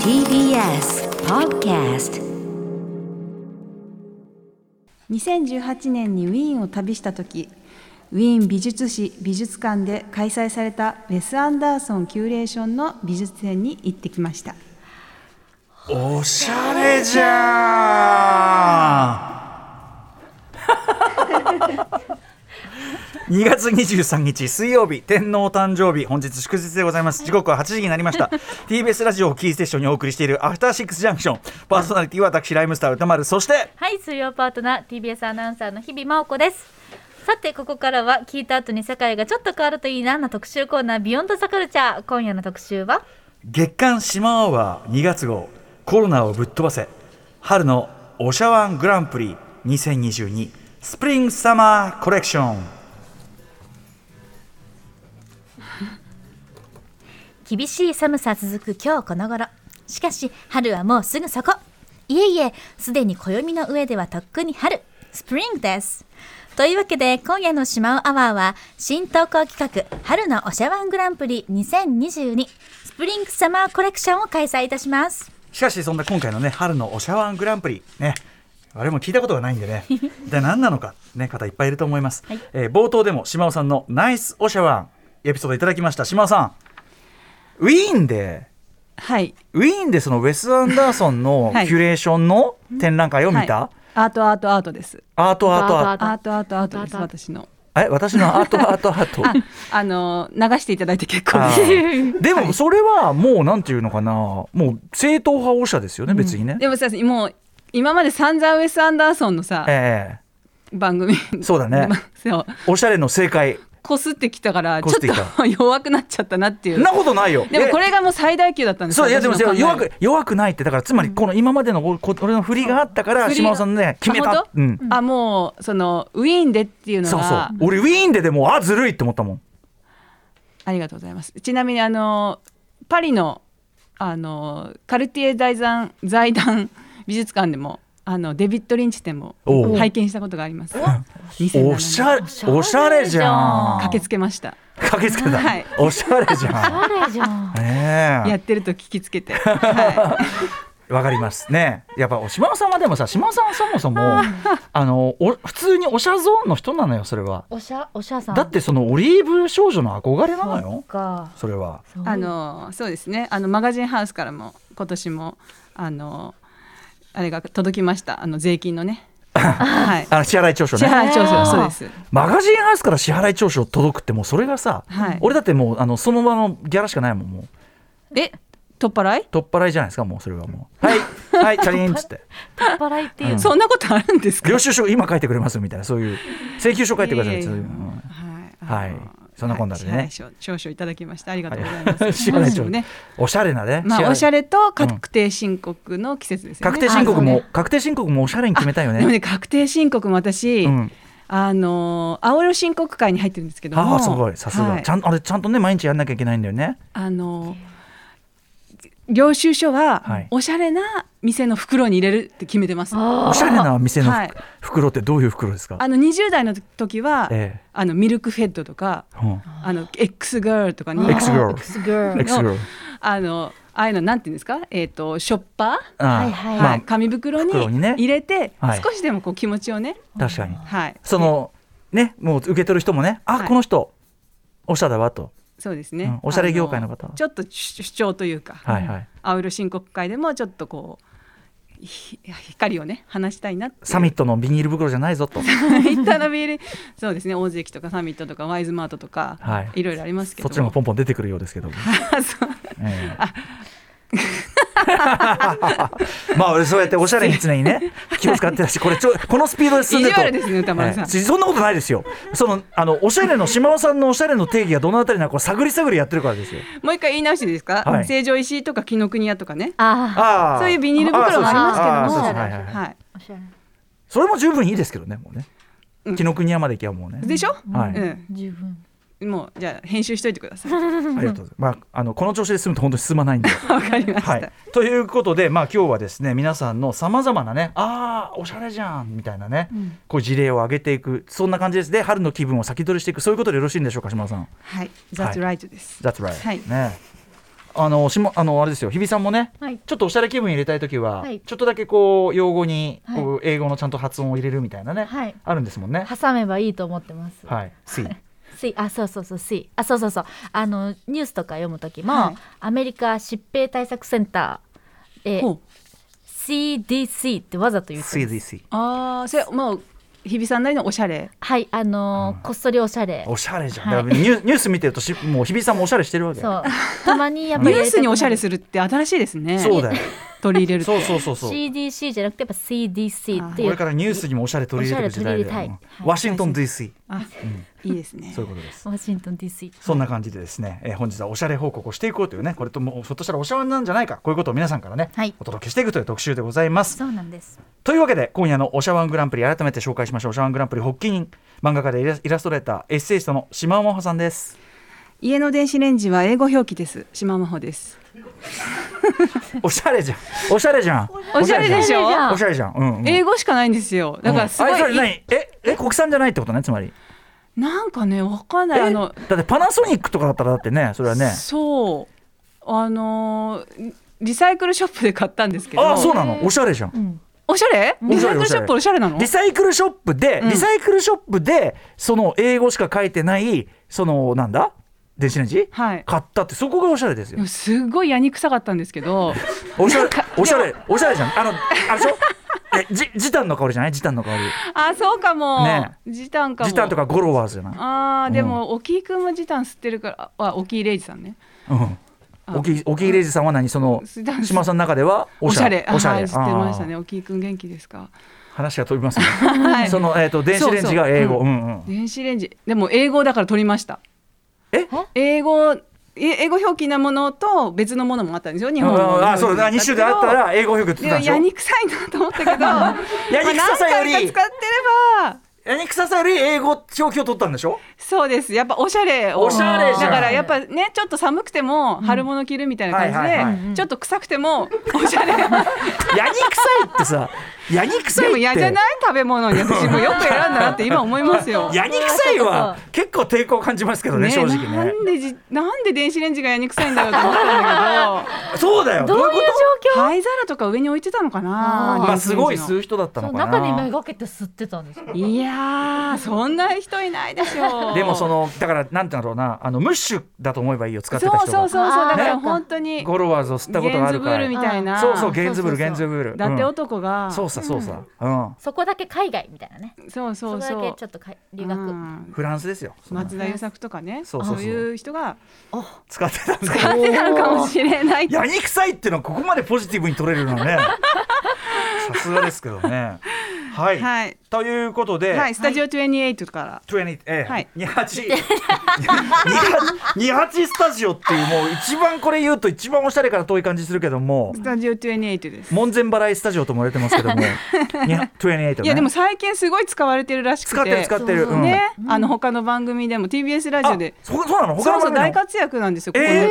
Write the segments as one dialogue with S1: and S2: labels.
S1: TBS Podcast
S2: 2018年にウィーンを旅した時ウィーン美術史美術館で開催されたウェス・アンダーソンキュレーションの美術展に行ってきました
S3: おしゃれじゃん2月23日水曜日天皇誕生日本日祝日でございます時刻は8時になりました TBS ラジオをキーステーションにお送りしているアフターシックスジャンクションパーソナリティは私ライムスター歌丸そして
S4: はい、水曜パートナー TBS アナウンサーの日々真央子です。さて、ここからは聞いた後に世界がちょっと変わるといいなの特集コーナービヨンドザカルチャー。今夜の特集は
S3: 月刊島アワー2月号コロナをぶっ飛ばせ春のおしゃワングランプリ2022スプリングサマーコレクション
S4: 厳しい寒さ続く今日この頃。しかし、春はもうすぐそこ。いえいえ、すでに暦の上ではとっくに春。スプリングです。というわけで、今夜のしまうアワーは、新投稿企画、春のおしゃワングランプリ2022スプリングサマーコレクションを開催いたし ます。
S3: しかしそんな今回のね春のおしゃワングランプリねあれも聞いたことがないんでね一体何なのかね方いっぱいいると思います、えー冒頭でも島尾さんのナイスおしゃワンエピソードいただきました島尾さんウィーンで
S2: はい
S3: ウィーンでそのウェス・アンダーソンの
S2: はい
S3: キュレーションの展覧会を見た、
S2: はいアートアートアートです
S3: アートアートアート
S2: アートアートアートです私の
S3: え私のアートアートアー ト
S2: ああの流していただいて結構
S3: あ
S2: です
S3: ーでもそれはもうなんていうのかなもう正統派おしゃですよね別にね、
S2: でもさもう今まで散々ウェス・アンダーソンのさ
S3: え
S2: 番組
S3: えそうだね
S2: そう
S3: おしゃれの正解
S2: こすってきたからちょ
S3: こすってきた
S2: っと弱くなっちゃったなってい
S3: そん
S2: う
S3: なことないよ
S2: でもこれがもう最大級だったんです
S3: そういやでも
S2: 私の考え
S3: 弱く弱くないってだからつまりこの今までのここ俺の振りがあったから
S2: 振り
S3: 島尾さんね決め
S2: あ
S3: た
S2: 本、当
S3: うん、
S2: あもうそのウィーンでっていうの
S3: そうそう
S2: が
S3: 俺ウィーンででもあずるいって思ったもん
S2: ありがとうございますちなみにあのパリのあのカルティエ財団財団美術館でもあのデビッド・リンチ展も
S3: おう
S2: 拝見したことがあります
S3: おしゃ
S2: れ
S3: れおしゃれじゃん
S2: 駆けつけました
S3: 駆けつけた、
S2: はい
S3: おしゃれ じゃん
S4: 誰じゃん。
S3: ねえ
S2: やってると聞きつけ て、は
S3: わかりますね。やっぱ島尾さんはでもさ、島尾さんはそも そも、あの、お普通におしゃゾーンの人なのよ、それは。
S4: おしゃ、おしゃさん。
S3: だってそのオリーブ少女の憧れなの
S4: そ
S3: よ
S4: う、か。
S3: それは。
S4: そう
S2: い、あのそうですねあのマガジンハウスからも今年もあのあれが届きましたあの税金の ねはい
S3: あの支払い調書
S2: 支
S3: ね。
S2: 払い調査そうです
S3: マガジンハウスから支払い調書届くってもうそれがさ、
S2: はい
S3: 俺だってもうあのその場のギャラしかないもん、もう。
S2: え取っ払い
S3: 取っ払いじゃないですか、もうそれは もう。はい、はい、チャリンっつって。
S4: 払いっていう。
S2: そんなことあるんですか
S3: 領収書今書いてくれますみたいな、そういう。請求書書いてください。
S2: いやいやいや
S3: そういううん
S2: はい
S3: はい
S2: あの
S3: そんなこんなでね
S2: はい支払い証書いただきました。ありがとうござい
S3: は
S2: ま
S3: い
S2: す。
S3: 支払い
S2: 私
S3: 調
S2: も
S3: 書
S2: ね。
S3: おしゃれなね。
S2: まあおしゃ
S3: れ。
S2: れと確定申告の季節ですよね。
S3: 確定申告
S2: あ
S3: も、確定申告もおしゃれに決めたいよ
S2: そう
S3: ね。
S2: でもね確定申告も私、
S3: うん
S2: あのー青色申告会に入ってるんですけども。
S3: ああすごいさすが、
S2: はい
S3: ちゃんあれちゃんとね毎日やんなきゃいけないんだよね
S2: あのー領収書
S3: は
S2: はいおしゃれな店の袋に入れるって決めてます。
S3: おしゃれな店のふ、
S2: はい
S3: 袋ってどういう袋ですか
S2: あの20代の時は、
S3: え
S2: あのミルクフェッドとか、
S3: うん
S2: あの X ガールとかに、
S3: エクスグロールエクスグロール
S2: あのああいうのなんていうんですか、えっ、とショッパー。
S3: はい
S4: はい
S3: ま
S2: はい、紙袋に
S3: 袋にね
S2: 入れて、
S3: はい
S2: 少しでもこう気持ちをね、
S3: あ確かに
S2: はい、
S3: そのねもう受け取る人もねあ、
S2: はい
S3: この人おしゃだわと
S2: そうです
S3: う
S2: ね
S3: ん、おしゃれ業界の方
S2: あちょっと主主張というか、
S3: はいはい
S2: 青色申告会でもちょっとこうひ光をね話したいなっていう
S3: サミットのビニール袋じゃないぞ と
S2: インターナビールそうですね大関とかサミットとかワイズマートとか、
S3: はい
S2: い、ろいろありますけ
S3: そ
S2: ど
S3: っちの方がポンポン出てくるようですけど、
S2: あ そう
S3: ええ まあ俺そうやっておしゃれに常にね気を使ってたしこれちょこのスピードで進んで
S2: 意
S3: る
S2: 地
S3: と
S2: 悪ですね歌丸さん
S3: ええそんなことないですよそのあのおしゃれの島尾さんのおしゃれの定義がどのあたりなのかを探り探りやってるからですよ
S2: もう一回言い直していいですか、
S3: はい
S2: 成城石井とか紀ノ国屋とかね
S4: あ
S3: ああ
S2: そういうビニール袋もありますけども
S3: ああそうですはいはいはい
S2: はい
S4: あ。おしゃれ。
S3: それも十分いいですけどねもうね
S2: うん
S3: 紀ノ国屋まで行けばもうね
S2: でしょ、
S3: はい、
S4: 十分。
S2: うん、もうじゃあ編集しといてください
S3: ありがとうございます、まあ、あのこの調子で進むと本当に進まないんで
S2: わかりました、
S3: は い、ということで、まあ、今日はですね皆さんのさまざまなねあーおしゃれじゃんみたいなね、こう事例を挙げていくそんな感じですで春の気分を先取りしていくそういうことでよろしいんでしょうか島田さん。
S2: はい、That's right です。
S3: That's right、
S2: はい
S3: ねあのしもあのあれですよ日比さんもね、
S4: はい
S3: ちょっとおしゃれ気分入れたい時は、
S4: はい
S3: ちょっとだけこう用語にこう英語のちゃんと発音を入れるみたいなね、
S4: はい
S3: あるんですもんね。
S4: 挟めばいいと思ってます。
S3: はい、スイ
S4: スイあそうそうそうスイあそうそうそうあのニュースとか読む時も、
S2: はい
S4: アメリカ疾病対策センターで
S2: ほう
S4: CDC ってわざと言って
S3: ス
S4: ま
S3: イ
S4: す
S3: ズイスイ
S2: ああそれもう日比さんなりのおしゃれ
S4: はいあのーこっそりおしゃれ
S3: おしゃれじゃん、
S4: はい
S3: だからニューニュース見てるとしもう日比さんもおしゃれしてるわけ
S4: そうたまにやっぱ
S2: ニ
S4: り
S2: ュースにおしゃれ
S4: す
S2: するって新しいですね
S3: そうだよ
S2: 取り入れると
S3: そうそうそうそう
S4: CDC じゃなくてやっぱ CDC って
S3: こ
S4: い
S3: れ
S4: う
S3: からニュースにもおしゃれ取り入れてく時代
S4: お
S3: で、
S4: しゃれ取り入れたいはい
S3: ワシントン DC
S2: あいいですね
S3: そういうことです
S4: ワシントン DC
S3: そんな感じでですね、えー本日はおしゃれ報告をしていこうというね、これともひょっとしたらおしゃれなんじゃないか、こういうことを皆さんからね、
S4: はい
S3: お届けしていくという特集でございます。
S4: そうなんです
S3: というわけで、今夜のおしゃワングランプリ、改めて紹介しましょう。おしゃワングランプリ、発起人、漫画家でイライラストレーター、エッセイストの島尾真帆さんです。
S2: 家の電子レンジは英語表記です島真帆です
S3: おしゃれじゃん。おしゃれじゃん。
S2: おしゃれでしょ
S4: おしゃれじゃん
S3: おしゃれじゃん。うん、うん。
S2: 英語しかないんですよだからすご
S3: うんあそれ
S2: い、
S3: 何え、え、国産じゃないってことね、つまり。
S2: なんかねわかんない
S3: え
S2: あの
S3: だってパナソニックとかだったら、だってね、それはね。
S2: そうあのーリサイクルショップで買ったんですけど
S3: ああ、そうなの。おしゃれじゃん。
S2: おしゃれリサイクルショップおしゃれなの
S3: リサイクルショップで、
S2: ん
S3: リサイクルショップでその英語しか書いてないそのなんだ電子レンジ、
S2: はい
S3: 買ったってそこがおしゃれです
S2: で
S3: よ
S2: もすごいやにくさかったんですけ ど
S3: おしゃれ
S2: か
S3: おしゃれおしゃれじゃんあのあれで しょえじ時短の香りじゃない時短の香り
S2: あそうかも、
S3: ね
S2: 時短かも
S3: 時短とかゴロワーズじゃない、
S2: あーでも沖井くんも時短吸ってるからあ沖井礼二さんね
S3: うん、おきおきれいじさんは何その
S2: 時短
S3: 島さんの中ではお
S2: お
S3: し
S2: し
S3: ゃ
S2: ゃ
S3: れ
S2: れ
S3: おしゃれ
S2: はい、知ってましたね
S3: あー
S2: 沖井くん元気ですか
S3: 話が飛びますね、
S2: はい
S3: その、えー、と電子レンジが英語
S2: そうそう
S3: うんうん
S2: 電子レンジでも英語だから取りました
S3: え
S2: 英語え英語表記なものと別のものもあったんですよ日本語
S3: ああそうだ2
S2: 二
S3: 種であったら英語表記って言ってたんでしょ
S2: やにくさいなと思 ったけどや
S3: やにくささより
S2: 何回か使ってれば
S3: えにくささより英語表記を取ったんでしょ
S2: そうですやっぱおしゃれを
S3: おしゃれじゃん
S2: だからやっぱねちょっと寒くても春物着るみたいな感じで、
S3: はいはいはい
S2: ちょっと臭くてもお しゃれ
S3: やにくさいってさやにくさい
S2: で
S3: っ
S2: も
S3: て
S2: 嫌じゃない食べ物に私もよく選んだなって今思います よ。
S3: やにくさいは結構抵抗感じますけどね正直
S2: な
S3: ね
S2: んでじなんで電子レンジがやにくさいんだろうと思ったんだ
S3: そうだよ
S4: どういう
S3: こ
S4: 状
S2: け ど
S4: 況
S2: 灰皿とか上に置いてたのかな
S4: あ
S3: と
S4: ー
S3: まあすごい
S2: 電子レン
S3: 吸う人だった
S4: そ
S3: の
S4: う
S3: か
S4: 中に
S3: な
S4: 目がけて吸ってたんですか
S2: ジのいやーそんな人いないでしょう
S3: でもそのだからなんていうんだろうなあのムッシュだと思えばいいよ使って
S2: そう
S3: た
S2: そう
S3: 人
S2: そう
S3: が
S2: そうだから
S3: ね
S2: 本当に
S3: ゴロワーズを吸ったことがある
S2: ゲンズブー
S3: か
S2: ルみ
S3: ら
S2: たいな
S3: そうそうゲンズブールゲンズブール
S2: だって
S3: うん
S2: 男が、
S3: そうさそうさうん
S4: そこだけ海外みたいなね
S2: そうそう
S4: そこ
S2: そ
S4: だ
S2: う
S4: けちょっとかい留学、
S2: うん
S3: フランスですよ
S2: 松田優作とかね
S3: そ
S2: そうう
S3: そうそう
S2: いう人が
S3: 使ってたんです
S2: 使 ってたのかもしれない
S3: やにくさいっていうのはここまでポジティブに取れるのはねさすがですけどねはい、
S2: はい
S3: ということで、
S2: はいスタジオ28から
S3: 20えー
S2: はい
S3: 28 28スタジオっていうもう一番これ言うと一番おしゃれから遠い感じするけども
S2: スタジオ28です
S3: 門前払いスタジオとも言われてますけど もに28、ね、
S2: いやでも最近すごい使われてるらしくて
S3: 使ってる使ってる、
S4: そうそう
S3: うん
S2: ねあの他の番組でも TBS ラジ
S3: あ
S2: オで
S3: そそうなの他
S2: そ
S3: の
S2: うそう
S3: 番組
S2: 大
S3: の
S2: 活躍なんですよここ
S3: え
S2: で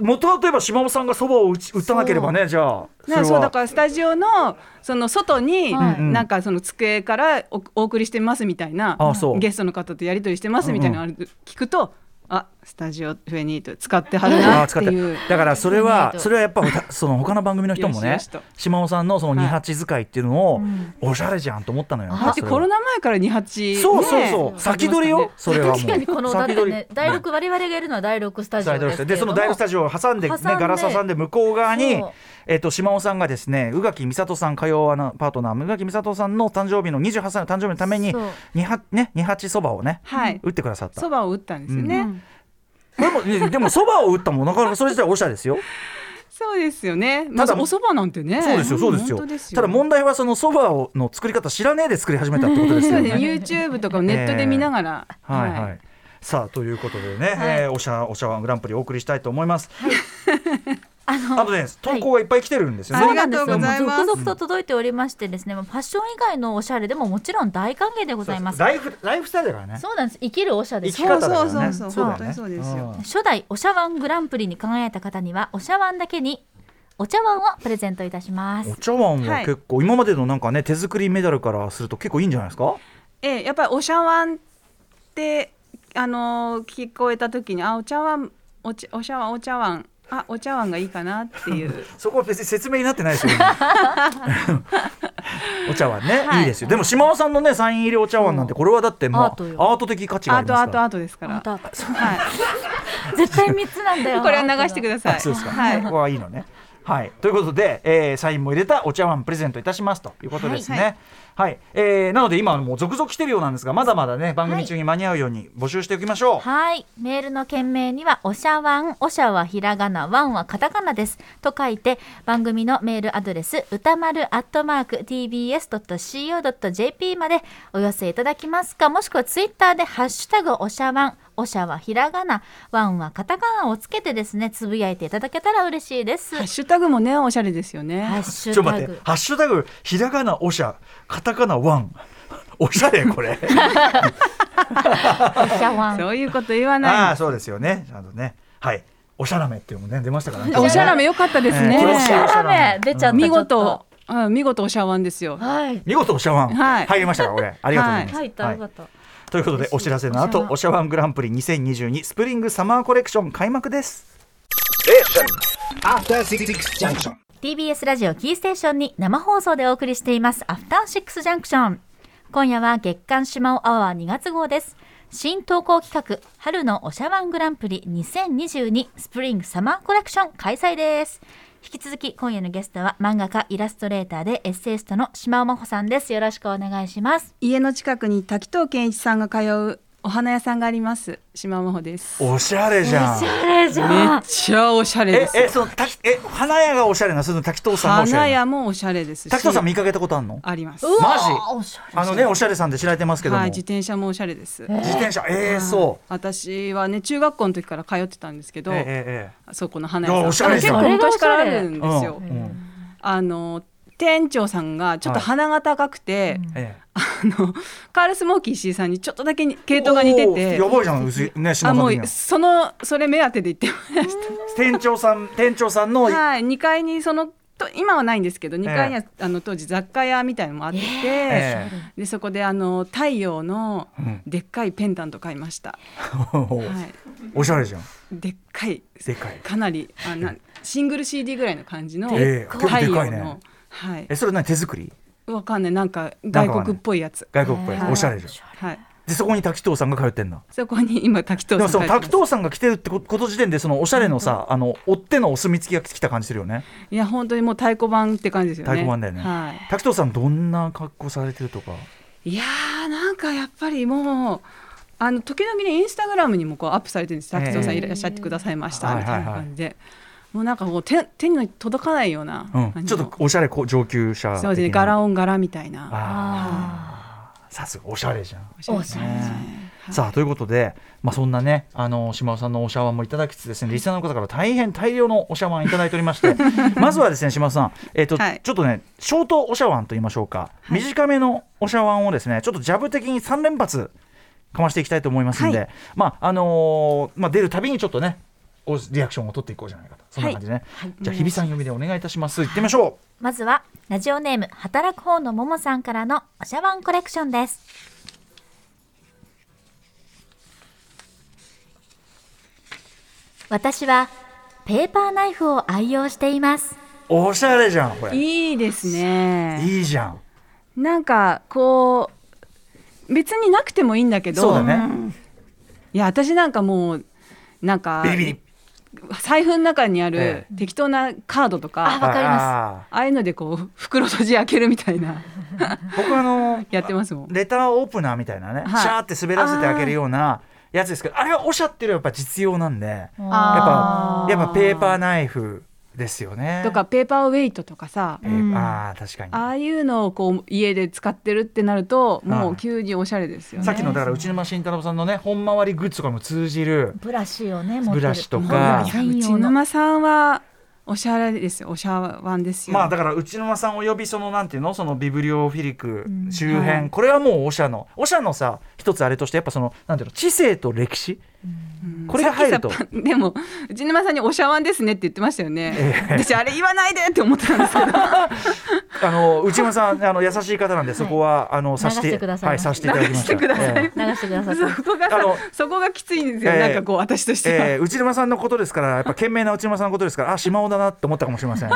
S3: ー、元はといえば島尾さんがそばを打ち打たなければねじゃあそれ
S2: な
S3: は
S2: そうだからスタジオのその外に
S4: はい
S2: なんかその机からおお送りしてますみたいな
S3: あそう
S2: ゲストの方とやり取りしてますみたいなのある聞くとあスタジオ28使ってはる
S3: あ
S2: な
S3: あ
S2: っ
S3: 使
S2: て
S3: って
S2: いう
S3: るだからそれは
S4: 意外と
S3: それはやっぱ ほたその他の番組の人もね
S2: よしよしと
S3: 島尾さんのその
S2: はい
S3: 28使いっていうのをおしゃれじゃんと思ったのよ。
S2: だって
S3: それは
S2: コロナ前から28
S3: そうそうそ
S2: ね
S3: う、先取りよそれはもう
S4: 確かにこのだっ
S3: 先
S4: て
S3: 取り
S4: ね第六我々がいるのは第六スタジオ
S3: 大
S4: で
S3: 丈夫
S4: すけ
S3: ですでそ
S4: れども
S3: の第六スタジオを挟んで,、ね、
S4: 挟んで
S3: ガラス挟んで向こう側に
S4: そう、
S3: えっと島尾さんがですね宇垣美里さん火曜アナパートナー宇垣美里さんの誕生日の28歳の誕生日のために
S4: そう
S3: 二八ね二八そばをね、
S2: はい
S3: 打ってくださった
S2: そばを打ったんですよね、
S4: うん
S3: でもねでもそばを打ったもんなかなかそれ自体おしゃれですよ
S2: そうですよね
S3: た
S2: まだ
S3: だ
S2: お蕎麦なんてね
S3: そうですよ、そうですよ。ただ問
S2: 題
S3: 題はそのそばをの作り方知らねえで作り始めたってことですよ
S2: そうです
S3: ね。
S2: YouTube とかをネットで見ながら、
S3: はいはい。さあということでね、
S4: はい
S3: えーおしゃおしゃワングランプリお送りしたいと思います。
S4: あの
S3: あとね投稿がいっぱい来てるんですよね。
S2: はいありがとうございます
S4: そうなんですよもう続々と届いておりましてですね、まあファッション以外のおしゃれでももちろん大歓迎でございます。
S3: ライフライフスタイルだからね。
S4: そうなんです。生きるおしゃで
S3: 生
S4: す
S3: き。方だからね。
S2: そうそうそうそう
S3: だ
S2: 本
S3: よね
S2: 当にそうですよ
S3: ん
S4: 初代おしゃわんグランプリに輝いた方にはおしゃわんだけにお茶碗をプレゼントいたします
S3: お。茶碗は
S2: はい
S3: 結構、今までのなんかね手作りメダルからすると結構いいんじゃないです か。
S2: ええやっぱりお茶碗ってあのー聞こえた時にあお茶碗お茶お茶碗お茶碗あお茶碗がいいかなって いう
S3: そこは別に説明になってないですよ ね。お茶碗ね、
S4: は
S3: い、
S4: い
S3: いですよ。でも島尾さんのねサイン入りお茶碗なんてこれはだってもう
S4: ア
S3: ア
S4: ートよ
S3: ート的価値が
S2: ア
S3: あ
S2: ー
S3: り
S2: ト
S3: ま
S2: ア
S3: す
S2: ー
S3: か
S2: ト
S3: ら。
S2: アートですから
S4: また
S2: はい、
S4: 絶対3つなんだよ
S2: これは流してくださ
S3: あ
S2: い
S3: そうですか。
S2: は
S3: はい い、ここはいいのね。はい、ということで、えーサインも入れたお茶碗プレゼントいたしますということですね。
S2: は
S3: はいい、えーなので今もう続々来てるようなんですが、まだまだね番組中に間に合うように募集しておきましょう。
S4: はい。メールの件名には、おしゃわん、おしゃはひらがな、わんはカタカナです。と書いて、番組のメールアドレス、歌丸アットマーク tbs.co.jp までお寄せいただきますか、もしくはツイッターで、ハッシュタグおしゃわん、おしゃはひらがな、わんはカタカナをつけてですね、つぶやいていただけたら嬉しいです。
S2: ハッシュタグもねおしゃれですよね、
S4: ハッシ
S3: ちょっと
S4: ュタ
S3: 待って
S4: グ、。
S3: ハッシュタグ、ひらがなおしゃ、カタカナワン。 おしゃれこれ。
S4: おしゃ わん。
S2: そういうこと言わ
S3: あ
S2: な
S3: あ、
S2: い
S3: そうですよね。ちゃんとね。はい。おしゃらめっていうのもね、出ましたからね。
S2: あ おしゃらめ良かったですね、
S3: えー
S4: おしゃらめ出ちゃった。
S2: 見
S4: ちょ
S2: 事、うん、見事おしゃわんですよ
S4: っと。はい。
S3: 見事おしゃワン
S2: はい
S3: 入りましたから、これ。ありがとうございます。
S4: 入った、よかった。
S3: ということで、お知らせの後、おしゃワングランプリ2022スプリングサマーコレクション開幕です。
S5: After Six Junction.
S4: TBS ラジオキーステーションに生放送でお送りしていますアフターシックスジャンクション今夜は月刊島尾アワー2月号です新投稿企画春のおしゃわんグランプリ2022スプリングサマーコレクション開催です引き続き今夜のゲストは漫画家イラストレーターでエッセイストの島尾真帆さんですよろしくお願いします
S2: 家の近くに滝藤健一さんが通うお花屋さんがあります島尾真帆です
S3: おしゃれじゃん。
S4: れじ
S2: めっちゃおしゃれ
S3: え
S2: で、す
S3: え、その、たき、え、花屋がおしゃれな、その滝藤さんもおしゃ
S2: 花
S3: れな。
S2: 屋もおしゃれですし
S3: 滝藤さん見かけたことあるの
S2: あります
S4: うわ
S3: マジ
S4: おしゃれ
S3: あのね、おしゃれさんで知られてますけども。
S2: はい自
S3: 自
S2: 転車もおしゃれです
S3: 転車、ええ、そう。
S2: 私はね中学校の時から通ってたんですけど、
S3: ええええ
S2: そこの花屋さ
S3: い
S2: ん
S3: やおしゃれです
S2: 結
S3: よ
S2: 構昔からあるんで
S3: ええ
S2: すよ、
S3: うんうん
S2: あの店長さんがちょっと
S3: はい
S2: 鼻が高くて、
S3: ええ
S2: あのカール・スモーキー石井さんにちょっとだけに系統が似てて
S3: おーやばいじゃん、薄いね、島
S2: あ
S3: 田
S2: も
S3: 君には
S2: うそのそれ目当てで行ってまし
S3: 店長さん、店長さんの、
S2: た、はい、2階にそのと今はないんですけど2階には、あの当時雑貨屋みたいのもあって、
S3: え
S2: でそこであの太陽の
S3: うん
S2: でっかいペンダント買いました、はい、
S3: おしゃれじゃん、
S2: でっかい
S3: でかい。
S2: かなりあなシングル CD ぐらいの感じの
S3: ええ
S2: 太
S3: 結構で
S2: 陽
S3: かいね
S2: の、はい
S3: え、それ何手作り？
S2: わかんないなんか外国っぽいやつ、
S3: 外国っぽい、
S2: はい
S3: おしゃれじゃん。
S2: はい
S3: でそこに滝藤さんが通ってんの。
S2: そこに今滝
S3: で
S2: 藤
S3: も
S2: さ
S3: そ
S2: ん
S3: の
S2: 書いて
S3: 滝
S2: ます
S3: 藤さんが来てるってここと時点でそのおしゃれのさ、あの追ってのお墨付きが来た感じするよね。
S2: いや本当にもう太鼓判って感じですよね
S3: 太鼓判だよね
S2: は
S3: 滝藤さんどんな格好されてるとか。
S2: い、いやーなんかやっぱりもうあの時々ねインスタグラムにもこうアップされてるんです
S3: ええ
S2: 滝藤さんいらっしゃってくださいました、
S3: はい
S2: みたいな
S3: はいはい
S2: 感じで、もうなんかこう手手に届かないような感じ
S3: う
S2: の、
S3: ん。ちょっとおしゃれこ上級者的な。
S2: そうですね柄音柄みたいな
S3: ああ、さすがおしゃれじゃん。
S4: おしゃれ
S3: ねさあということで、まあ、そんなねあの島尾さんのお茶碗もいただきつつですねリスナーの方から大変大量のお茶碗いただいておりましてまずはですね島尾さん、えっと
S2: はい
S3: ちょっとねショートお茶碗と言いましょうか、短めのお茶碗をですねちょっとジャブ的に3連発かましていきたいと思いますんで、
S2: は
S3: まああのーまあ、出るたびにちょっとねおリアクションを取っていこうじゃないかとそんな感じでね、じゃあ日比さん読みでお願いいたしますいってみましょう
S4: まずはラジオネーム働く方のももさんからのおしゃわんコレクションです私はペーパーナイフを愛用しています
S3: おしゃれじゃんこれ
S2: いいですね
S3: いいじゃん
S2: なんかこう別になくてもいいんだけど
S3: そうだね、
S2: いや私なんかもうなんか
S3: ビリビリ
S2: 財布の中にある
S3: え
S2: 適当なカードとか、
S4: あわかります
S3: あ
S2: ああいうのでこう袋閉じ開けるみたい な
S3: ー僕あのー
S2: やってますもん。
S3: レターオープナーみたいなね、
S2: はい
S3: シャーって滑らせてあげるようなやつですけどあれはおしゃってるやっぱ実用なんでやっ
S2: あ
S3: ぱ
S2: ー
S3: やっぱペーパーナイフですよね。
S2: とかペーパーウェイトとかさ、
S3: ペーあー確か
S2: ああいうのをこう家で使ってるってなるとも
S3: は
S2: う
S3: い
S2: 急におしゃれですよね。
S3: にさっきのだから内沼慎太郎さんのね本回りグッズとかも通じる
S4: ブラシをね持ってる
S3: ブラシとか
S4: もう
S3: ら
S2: いや
S4: 専
S2: 内
S4: 用の
S2: 沼さんはおしゃれですよおしゃわんですよ。
S3: まあだから内沼さんおよびそのなんていうのそのビブリオフィリク周辺、
S2: はい
S3: これはもうオシャのオシャのさ一つあれとしてやっぱそのなんていうの知性と歴史、これが入ると
S2: さっきさでも内沼さんに「お茶碗ですね」って言ってましたよね、私あれ言わないでって思ってたんですけど
S3: あの内村さんあの優しい方なんでそこはあのさし
S4: 流しててください
S3: はいさしていただきました。
S2: 流してください
S3: ええ
S4: 流してくださっ
S2: そ
S4: て
S2: こが
S3: あの
S2: さそこがきついんですよ、
S3: ええ
S2: なんかこう私としては、
S3: えー内沼さんのことですからやっぱ賢明な内沼さんのことですからあ島尾だなって思ったかもしれません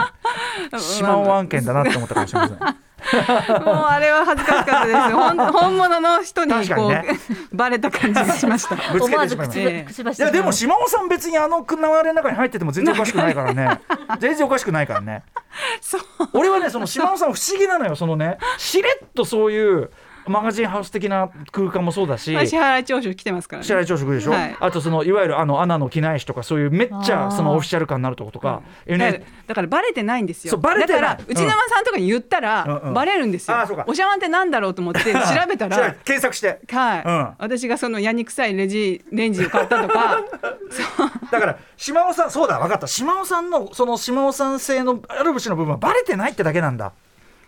S3: 島尾案件だなって思ったかもしれません
S2: もうあれは恥ずかしかったです 本本物の人に
S3: 確か
S2: こ
S3: に
S2: う
S3: ね
S2: バレた感じがしま した
S3: ぶつ
S4: 思
S3: け
S4: わ
S3: て
S4: ず
S3: しまいま
S4: 口
S3: した
S2: ええ
S4: ば口ばし
S3: い
S4: てしま
S3: や
S4: う
S3: でも島尾さん別にあの流れの中に入ってても全然おかしくないからね全然おかしくないからね
S2: そう
S3: 俺はねその島尾さん不思議なのよそのねしれっとそういうマガジンハウス的な空間もそうだし
S2: まあ支払い徴収来てますからね
S3: 支払い朝食でしょ、
S2: はい
S3: あとそのいわゆるあのアナの機内紙とかそういうめっちゃ
S4: あー
S3: そのオフィシャル感のあるとことか、
S2: だか
S3: NH
S2: らだからバレてないんですよ
S3: そうバレてない
S2: だから
S3: うん
S2: 内山さんとかに言ったら、
S3: うんうん
S2: バレるんですよ、
S3: あそうか
S2: お茶碗ってなんだろうと思って 調べた
S3: じゃあ
S2: ら
S3: 検索して
S2: はい、
S3: うん
S2: 私がそのやにくさいレジレンジを買ったと かそう
S3: だから島尾さんそうだ分かった島尾さんのその島尾さん性のある節の部分はバレてないってだけなんだ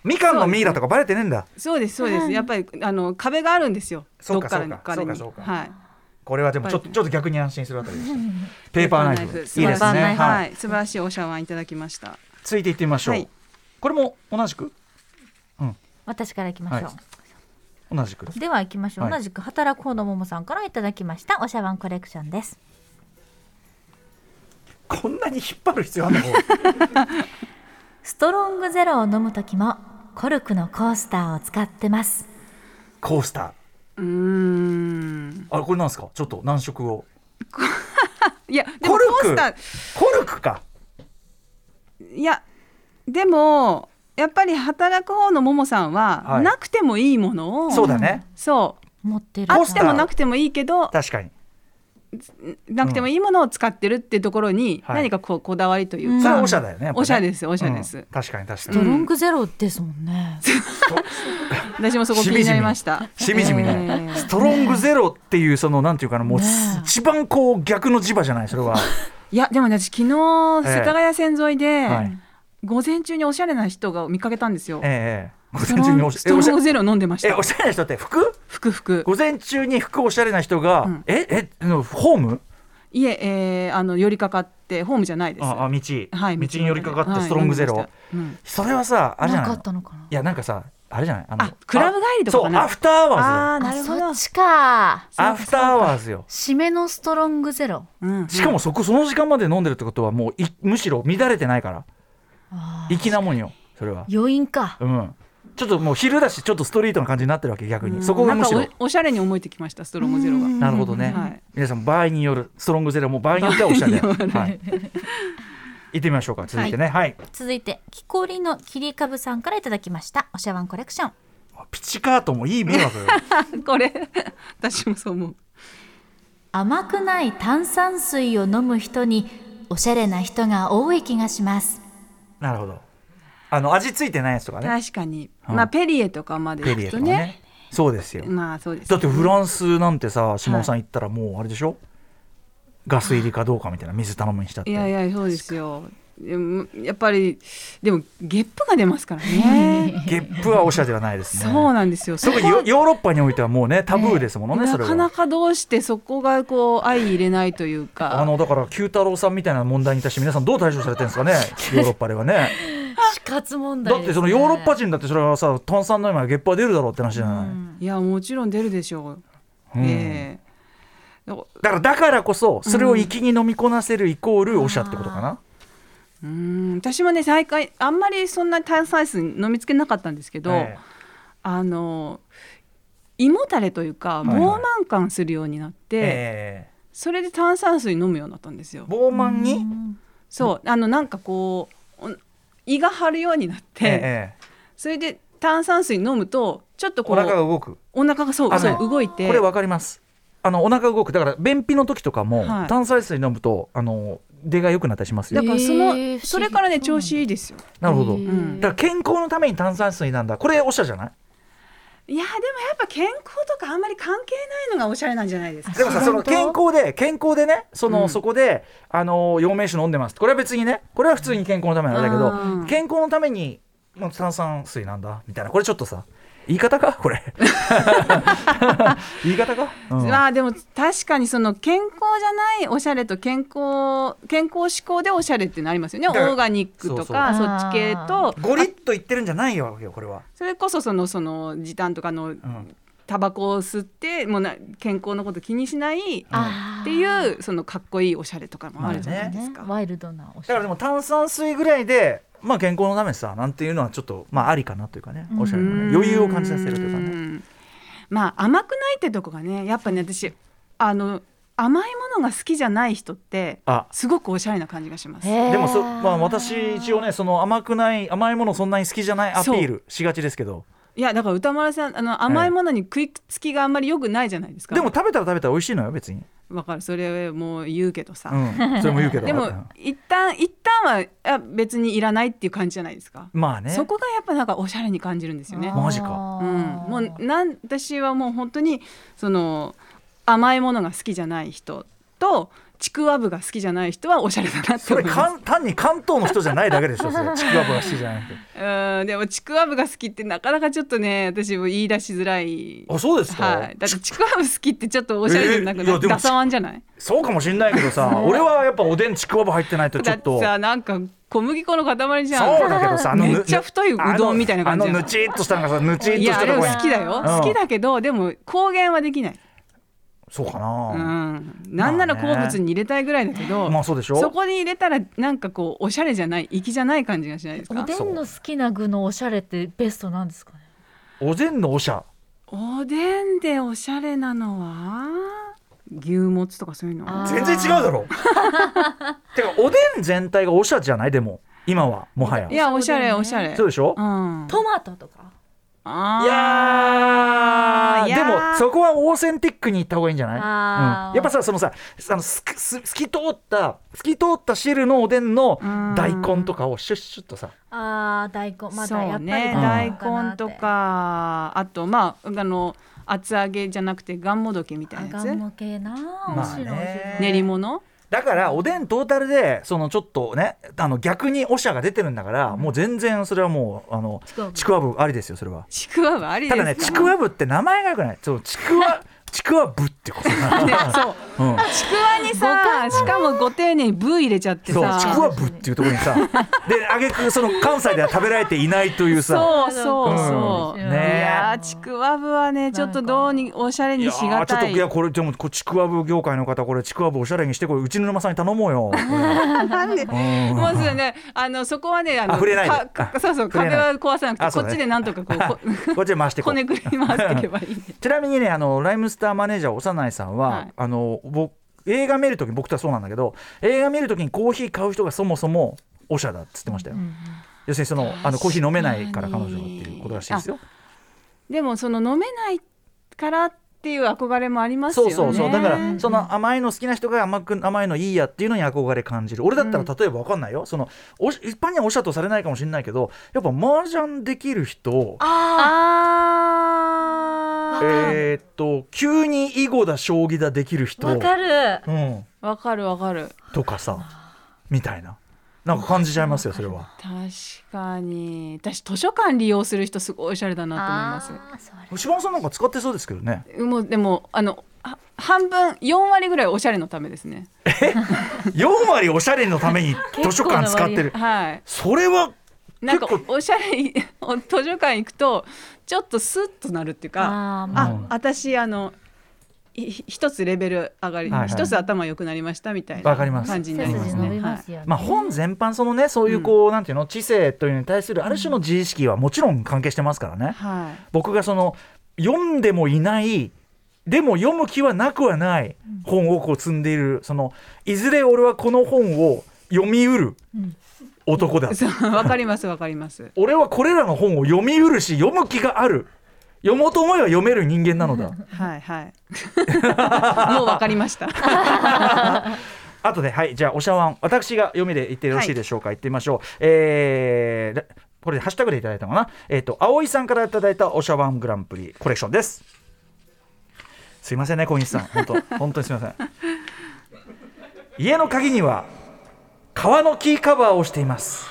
S3: みかんのミイラとかバレてねえんだ
S2: そうですそうですやっぱりあの壁があるんですよ
S3: そう
S2: ど
S3: か
S2: っからに
S3: そうか
S2: 彼に
S3: そうかそうか
S2: はい
S3: これはでもちょっとちょっと逆に安心するあたりでしたペーパーナイフいいです
S2: 素晴
S3: ね
S2: らしい
S4: ペーパーナイフ
S2: は
S3: はい
S2: い、素晴らしいお茶碗いただきました
S3: 続いていってみましょう、
S2: はい
S3: これも同じく
S4: 私から行きましょう、
S3: は同じく
S4: では行きましょう、
S3: はい
S4: 同じく働く方のももさんからいただきましたおしゃわんコレクションです
S3: こんなに引っ張る必要 あるの
S4: ストロングゼロを飲む時もコルクのコースターを使ってます
S3: コースタ
S2: うーん
S3: ーあこれなんですかちょっと難色を
S2: いやでも
S3: コル
S2: コー
S3: ク
S2: スタ
S3: コルクか
S2: ーいやでもやっぱり働く方のももさんは、
S3: はい
S2: なくてもいいものを
S3: そうだね
S2: そう
S4: 持ってる
S2: あ
S3: コー
S2: っ
S3: ス
S2: て
S3: ター
S2: もなくてもいいけど
S3: 確かに
S2: なくてもいいものを使ってるってところに
S3: はい
S2: 何かこうこだわりといううん
S3: それ
S2: か、
S3: はオシャだよねやっぱね
S2: オシャですオシャです
S3: うん確かに確か
S4: ス
S3: に
S4: トロングゼロですもんね、
S2: 私もそこ気になりました
S3: しみじみね、
S2: えー
S3: ストロングゼロっていうそのなんていうかなもう
S4: ねえ
S3: 一番こう逆の磁場じゃないそ れは、
S2: いやでもね私昨日世
S3: ええ
S2: 田谷線沿いで、
S3: はい
S2: 午前中におしゃれな人が見かけたんですよ、
S3: ええええ
S2: スト
S3: 午前中に
S2: ロ
S3: お
S2: ン
S3: し
S2: ストロングゼ
S3: ロ
S2: ロ飲んでまし
S3: え
S2: た
S3: おしゃれな人って服
S2: ふくふく
S3: 午前中に服おしゃれな人が、
S2: ん
S3: ええのホーム
S2: いええーあの寄りかかってホームじゃないです
S3: ああ道、
S2: はい
S3: 道に寄りかかっ
S2: は
S3: て
S2: い
S3: ストロングゼロ、
S2: 飲んでましたうん
S3: それはさあれじゃ
S4: な
S3: ない
S4: か
S3: の
S4: ったのかない
S3: やなんかさあれじゃないあ
S2: あクラブ帰りとかかな
S3: そうアフターアワーズ
S2: あー
S4: あ
S2: なるほ
S4: そ
S2: ど
S4: っちか
S3: だよアフターアワーズよ
S4: 締めのストロングゼロ
S2: うん
S3: しかもそこその時間まで飲んでるってことはもういむしろ乱れてないから
S4: あー
S3: 粋なもんよそれは
S4: 余韻か
S3: うん、ちょっともう昼だしちょっとストリートな感じになってるわけ逆にそこがむしろ
S2: なんかおおしゃれに思えてきましたストロングゼロが
S4: うん
S3: なるほどね、
S2: はい
S3: 皆さん場合によるストロングゼロも場合によっては おしゃれ、
S2: 場合
S3: はい、行ってみましょうか続いてねはい、
S4: 続いて木こりの切り株さんからいただきましたおしゃわんコレクション
S3: ピチカートもいい迷 惑よ
S2: これ私もそう思う
S4: 甘くない炭酸水を飲む人におしゃれな人が多い気が します
S3: なるほどあの味付いてないやつとかね
S2: 確かに、
S3: うん
S2: まあペリエとかまで
S3: ペ
S2: 行
S3: リエ
S2: く
S3: と
S2: と
S3: か
S2: ね
S3: ねそうですよ
S2: まあそうです
S3: だってフランスなんてさ島尾さん行ったらもうあれでしょ、ガス入りかどうかみたいな水頼むにしたって
S2: いやいやそうですよでもやっぱりでもゲップが出ますからね
S3: ゲップはおしゃれではないですね
S2: そうなんですよそ
S3: 特
S2: こ
S3: にヨヨーロッパにおいてはもうねタブーですものね、
S2: な
S3: それは
S2: かなかどうしてそこがこう相入れないというか
S3: あのだから九太郎さんみたいな問題に対して皆さんどう対処されてるんですかねヨーロッパではね
S4: 死活問
S3: だってそのヨーロッパ人だってそれはさ炭酸の今ゲップは出るだろうって話じゃない、
S2: いやもちろん出るでしょう、
S3: うん
S2: ええだか
S3: だからだからこそそれを粋に飲みこなせるイコールおしゃってことかな、
S2: らうん私もね最近あんまりそんな炭酸水飲みつけなかったんですけど、
S3: ええ
S2: あの胃もたれというか
S3: いはい
S2: 膨慢感するようになって、
S3: え
S2: それで炭酸水飲むようになったんですよ
S3: え。傲慢に、
S2: そうあのなんかこうお胃が張るようになって、
S3: ええ
S2: それで炭酸水飲むとちょっとこ
S3: お
S2: う
S3: 腹が動く
S2: お腹がそう,、
S3: あの
S2: そ
S3: ね
S2: う動いて
S3: これわかりますあのお腹が動くだから便秘の時とかも、
S2: はい
S3: 炭酸水飲むとあの出が良くなったりしますよ
S2: だからそ
S4: へー不思
S2: の
S4: 議
S2: それからね調子いいですよ。
S3: なるほど、
S4: へえ
S2: うん
S3: だから健康のために炭酸水なんだこれおしゃじゃない
S2: いやでもやっぱ健康とかあんまり関係ないのがおしゃれなんじゃないですか。
S3: でもさその健康で健康でねその、
S2: うん
S3: そこであの陽明酒飲んでますこれは別にねこれは普通に健康のためのあれだけ
S2: うん
S3: ど健康のためにまあ炭酸水なんだみたいなこれちょっとさ言い方 かこれ言い方か、うん
S2: まあでも確かにその健康じゃないおしゃれと健康健康志向でおしゃれっていうのありますよねオ
S3: だから
S2: ーガニックとか
S4: そうそう
S2: そっち系と
S3: ゴリッと言ってるんじゃないよこれは、
S2: それこそそのその時短とかの
S3: うん
S2: タバコを吸ってもうな健康のこと気にしないっ
S4: あー
S2: ていうそのかっこいいおしゃれとかもあるじゃないです
S4: ね
S2: か。
S4: ワイルドなおし
S3: だ
S4: ゃ
S3: から
S4: れ
S3: でも炭酸水ぐらいでまあ健康のためにさなんていうのはちょっとまあありかなというかねおしゃれもね余裕を感じさせるというかね
S2: ね。まあ甘くないってとこがねやっぱね私あの甘いものが好きじゃない人って
S3: あ
S2: すごくおしゃれな感じがします。
S4: へー
S3: でもそ、まあ、私一応ねその甘くない甘いものそんなに好きじゃないアピールしがちですけど
S2: いやだから歌丸さんあの甘いものに食いつきがあんまり良くないじゃないですか。
S3: でも食べたら食べたら美味しいのよ別に、
S2: わかるそれもう言うけどさ。
S3: うん、それも言うけど
S2: で
S3: う
S2: も
S3: ん
S2: 一旦一旦はあ別にいらないっていう感じじゃないですか。
S3: まあね
S2: そこがやっぱなんかおしゃれに感じるんですよね。
S3: マジか
S2: うん、も
S4: も
S2: うなん私はもう本当にその甘いものが好きじゃない人とちくわぶが好きじゃない人はおしゃれだなって
S3: そ
S2: 思
S3: れ
S2: います
S3: かん単に関東の人じゃないだけでしょそれちくわぶが好きじゃなくて
S2: うんでもちくわぶが好きってなかなかちょっとね私も言い出しづらい
S3: あそうですか、
S2: はい、だってちくわぶ好きってちょっとおしゃれじゃなく
S3: えい
S2: な
S3: や
S2: い
S3: でも
S2: ダサワンじゃない
S3: そうかもしんないけ どさ俺はやっぱおでんちくわぶ入ってないとち
S2: だ
S3: ょ
S2: っ
S3: っと
S2: てさなんか小麦粉の塊じゃん
S3: そうだけどさあの
S2: めっちゃ太いうどんみたいな感じ
S3: あ
S2: じゃ
S3: の
S2: ん
S3: ぬちっとしたのがさぬちっと
S2: い
S3: し
S2: やあ
S3: たと
S2: れ
S3: こ
S2: も
S3: に
S2: 好きだよ、
S3: うん
S2: 好きだけどでも公言はできない、
S3: そうか
S2: う
S3: な、
S2: ん、なんなら
S3: ま
S2: 好
S3: あね
S2: 物に入れたいぐらいだけど、
S3: まあそうでしょ
S2: そこに入れたらなんかこうおしゃれじゃない粋じゃない感じがしないです
S4: お
S2: か
S4: でんの好きな具のおしゃれってベストなんですかね
S3: おでんのおしゃ
S2: おでんでおしゃれなのは牛もつとかそういうの
S4: あ
S3: 全
S4: ー
S3: 然違うだろてかおでん全体がおしゃじゃないでも今はもはや
S2: いやおしゃれ
S4: そうだね
S2: おしゃれ
S3: そうでしょ、
S2: うん
S4: トマトとか
S2: あー
S3: いやー
S2: いや
S3: で
S2: ー
S3: もそこはオーセンティックに行った方がいいんじゃない、
S4: あー
S3: うんやっぱさそのさあのすくす透き通った透き通った汁のおでんの
S2: うん
S3: 大根とかをシュッシュッとさ
S4: あー大根まだや
S2: そ
S4: っぱ
S2: う
S4: り
S2: ね
S4: 大
S2: 大
S4: 根かなっ
S2: 根
S4: て
S2: とかあとまああの厚揚げじゃなくてがんもどきみたいなや
S4: あがん
S2: つ
S4: も系な
S3: あ
S4: おしろ
S3: ね
S2: 練り物
S3: だからおでんトータルでそのちょっとねあの逆におしゃが出てるんだからもう全然それはもうあの
S4: ちくわぶ
S3: ちくわぶありですよそれは
S2: ちくわはありで
S3: た
S2: す
S3: だ
S2: か
S3: ねちくわぶって名前がよくないそうち くわちくわぶってことな
S2: ねそう
S3: うん
S2: ちくわにさしかもご丁寧にブー入れちゃって
S3: そう
S2: さ
S3: ちくわぶっていうところにさで挙句その関西では食べられていないというさ
S2: そうそうそう、
S3: うん
S2: い
S3: ね
S2: やーちくわぶはねちょっとどうにおしゃれ
S3: い
S2: に
S3: や
S2: しが
S3: ーちょったと
S2: い
S3: いやこれでもこうちくわぶ業界の方これちくわぶおしゃれにしてこれうちの沼さんに頼も うよ。
S2: なんでまずねあのそこはねあの
S3: あ触れないで
S2: かかそうそう
S3: 触
S2: 壁
S3: れない
S2: は壊さなく
S3: あ
S2: て
S3: そう
S2: こ
S3: ね
S2: っちでなんとかこうこ
S3: こっちで回してこ
S2: こ
S3: う
S2: ねくり回していけばいいね
S3: ちなみにねあのライムスターマネージャー長内さんは、
S2: はい
S3: あの僕映画見るとき僕とはそうなんだけど映画見るときにコーヒー買う人がそもそもおしゃだっつってましたよ、要するにそのあのコーヒー飲めないから彼女がっていうことらしいですよ
S2: でもその飲めないからっていう憧れもありますよ
S3: そう
S2: ね
S3: そうそうだからその甘いの好きな人が甘く甘いのいいやっていうのに憧れ感じる俺だったら例えば分かんないよ、そのおし一般にはおしゃとされないかもしれないけどやっぱ麻雀できる人
S4: あ
S2: あ
S3: えーっと急に囲碁だ将棋だできる
S4: ー
S3: 人
S4: わかる
S3: うん、
S2: ーわかるわかる
S3: とかさみたいななんか感じちゃいますよそれは。
S2: 確かに私図書館利用する人すごいおしゃれだなと思いま
S4: あーそれ
S3: 島尾さんなんか使ってそうですけどね。
S2: すもうでもあのは半分4割ぐらいおしゃれのためですね
S3: 4割おしゃれのために図書館使ってる。
S2: はい
S3: それは
S2: なんか
S3: 結構
S2: おしゃれいお図書館行くとちょっとスッとなるっていうか
S4: あーまあ
S2: あ、
S3: うん
S2: 私あのい一つレベル上がり、
S3: はいはい
S2: 一つ頭良くなりましたみたいな
S3: わかります
S2: 感じにな
S4: 背
S2: ります
S4: 筋伸び
S2: ね。は
S4: ます
S2: い
S4: よね
S3: まあ、本全般そのねそういうこう、なんていうの知性というのに対するある種の自意識はもちろん関係してますからね。
S2: はい
S3: 僕がその読んでもいないでも読む気はなくはない本をこう積んでいるそのいずれ俺はこの本を読みうる男だ、
S2: そうわかりますわかります。
S3: 俺はこれらの本を読みうるし読む気がある読もうと思えば読める人間なの だ
S2: はいはい。 もうわかりました。
S3: あとではいじゃあおしゃわん私が読みで言ってよろしいでしょうか、言ってみましょうえーらこれでハッシュタグでいただいたのかなえっ、と葵さんからいただいたおしゃわんグランプリコレクションですすいませんね小西さん本 当本当にすいません家の鍵には革のキーカバーをしています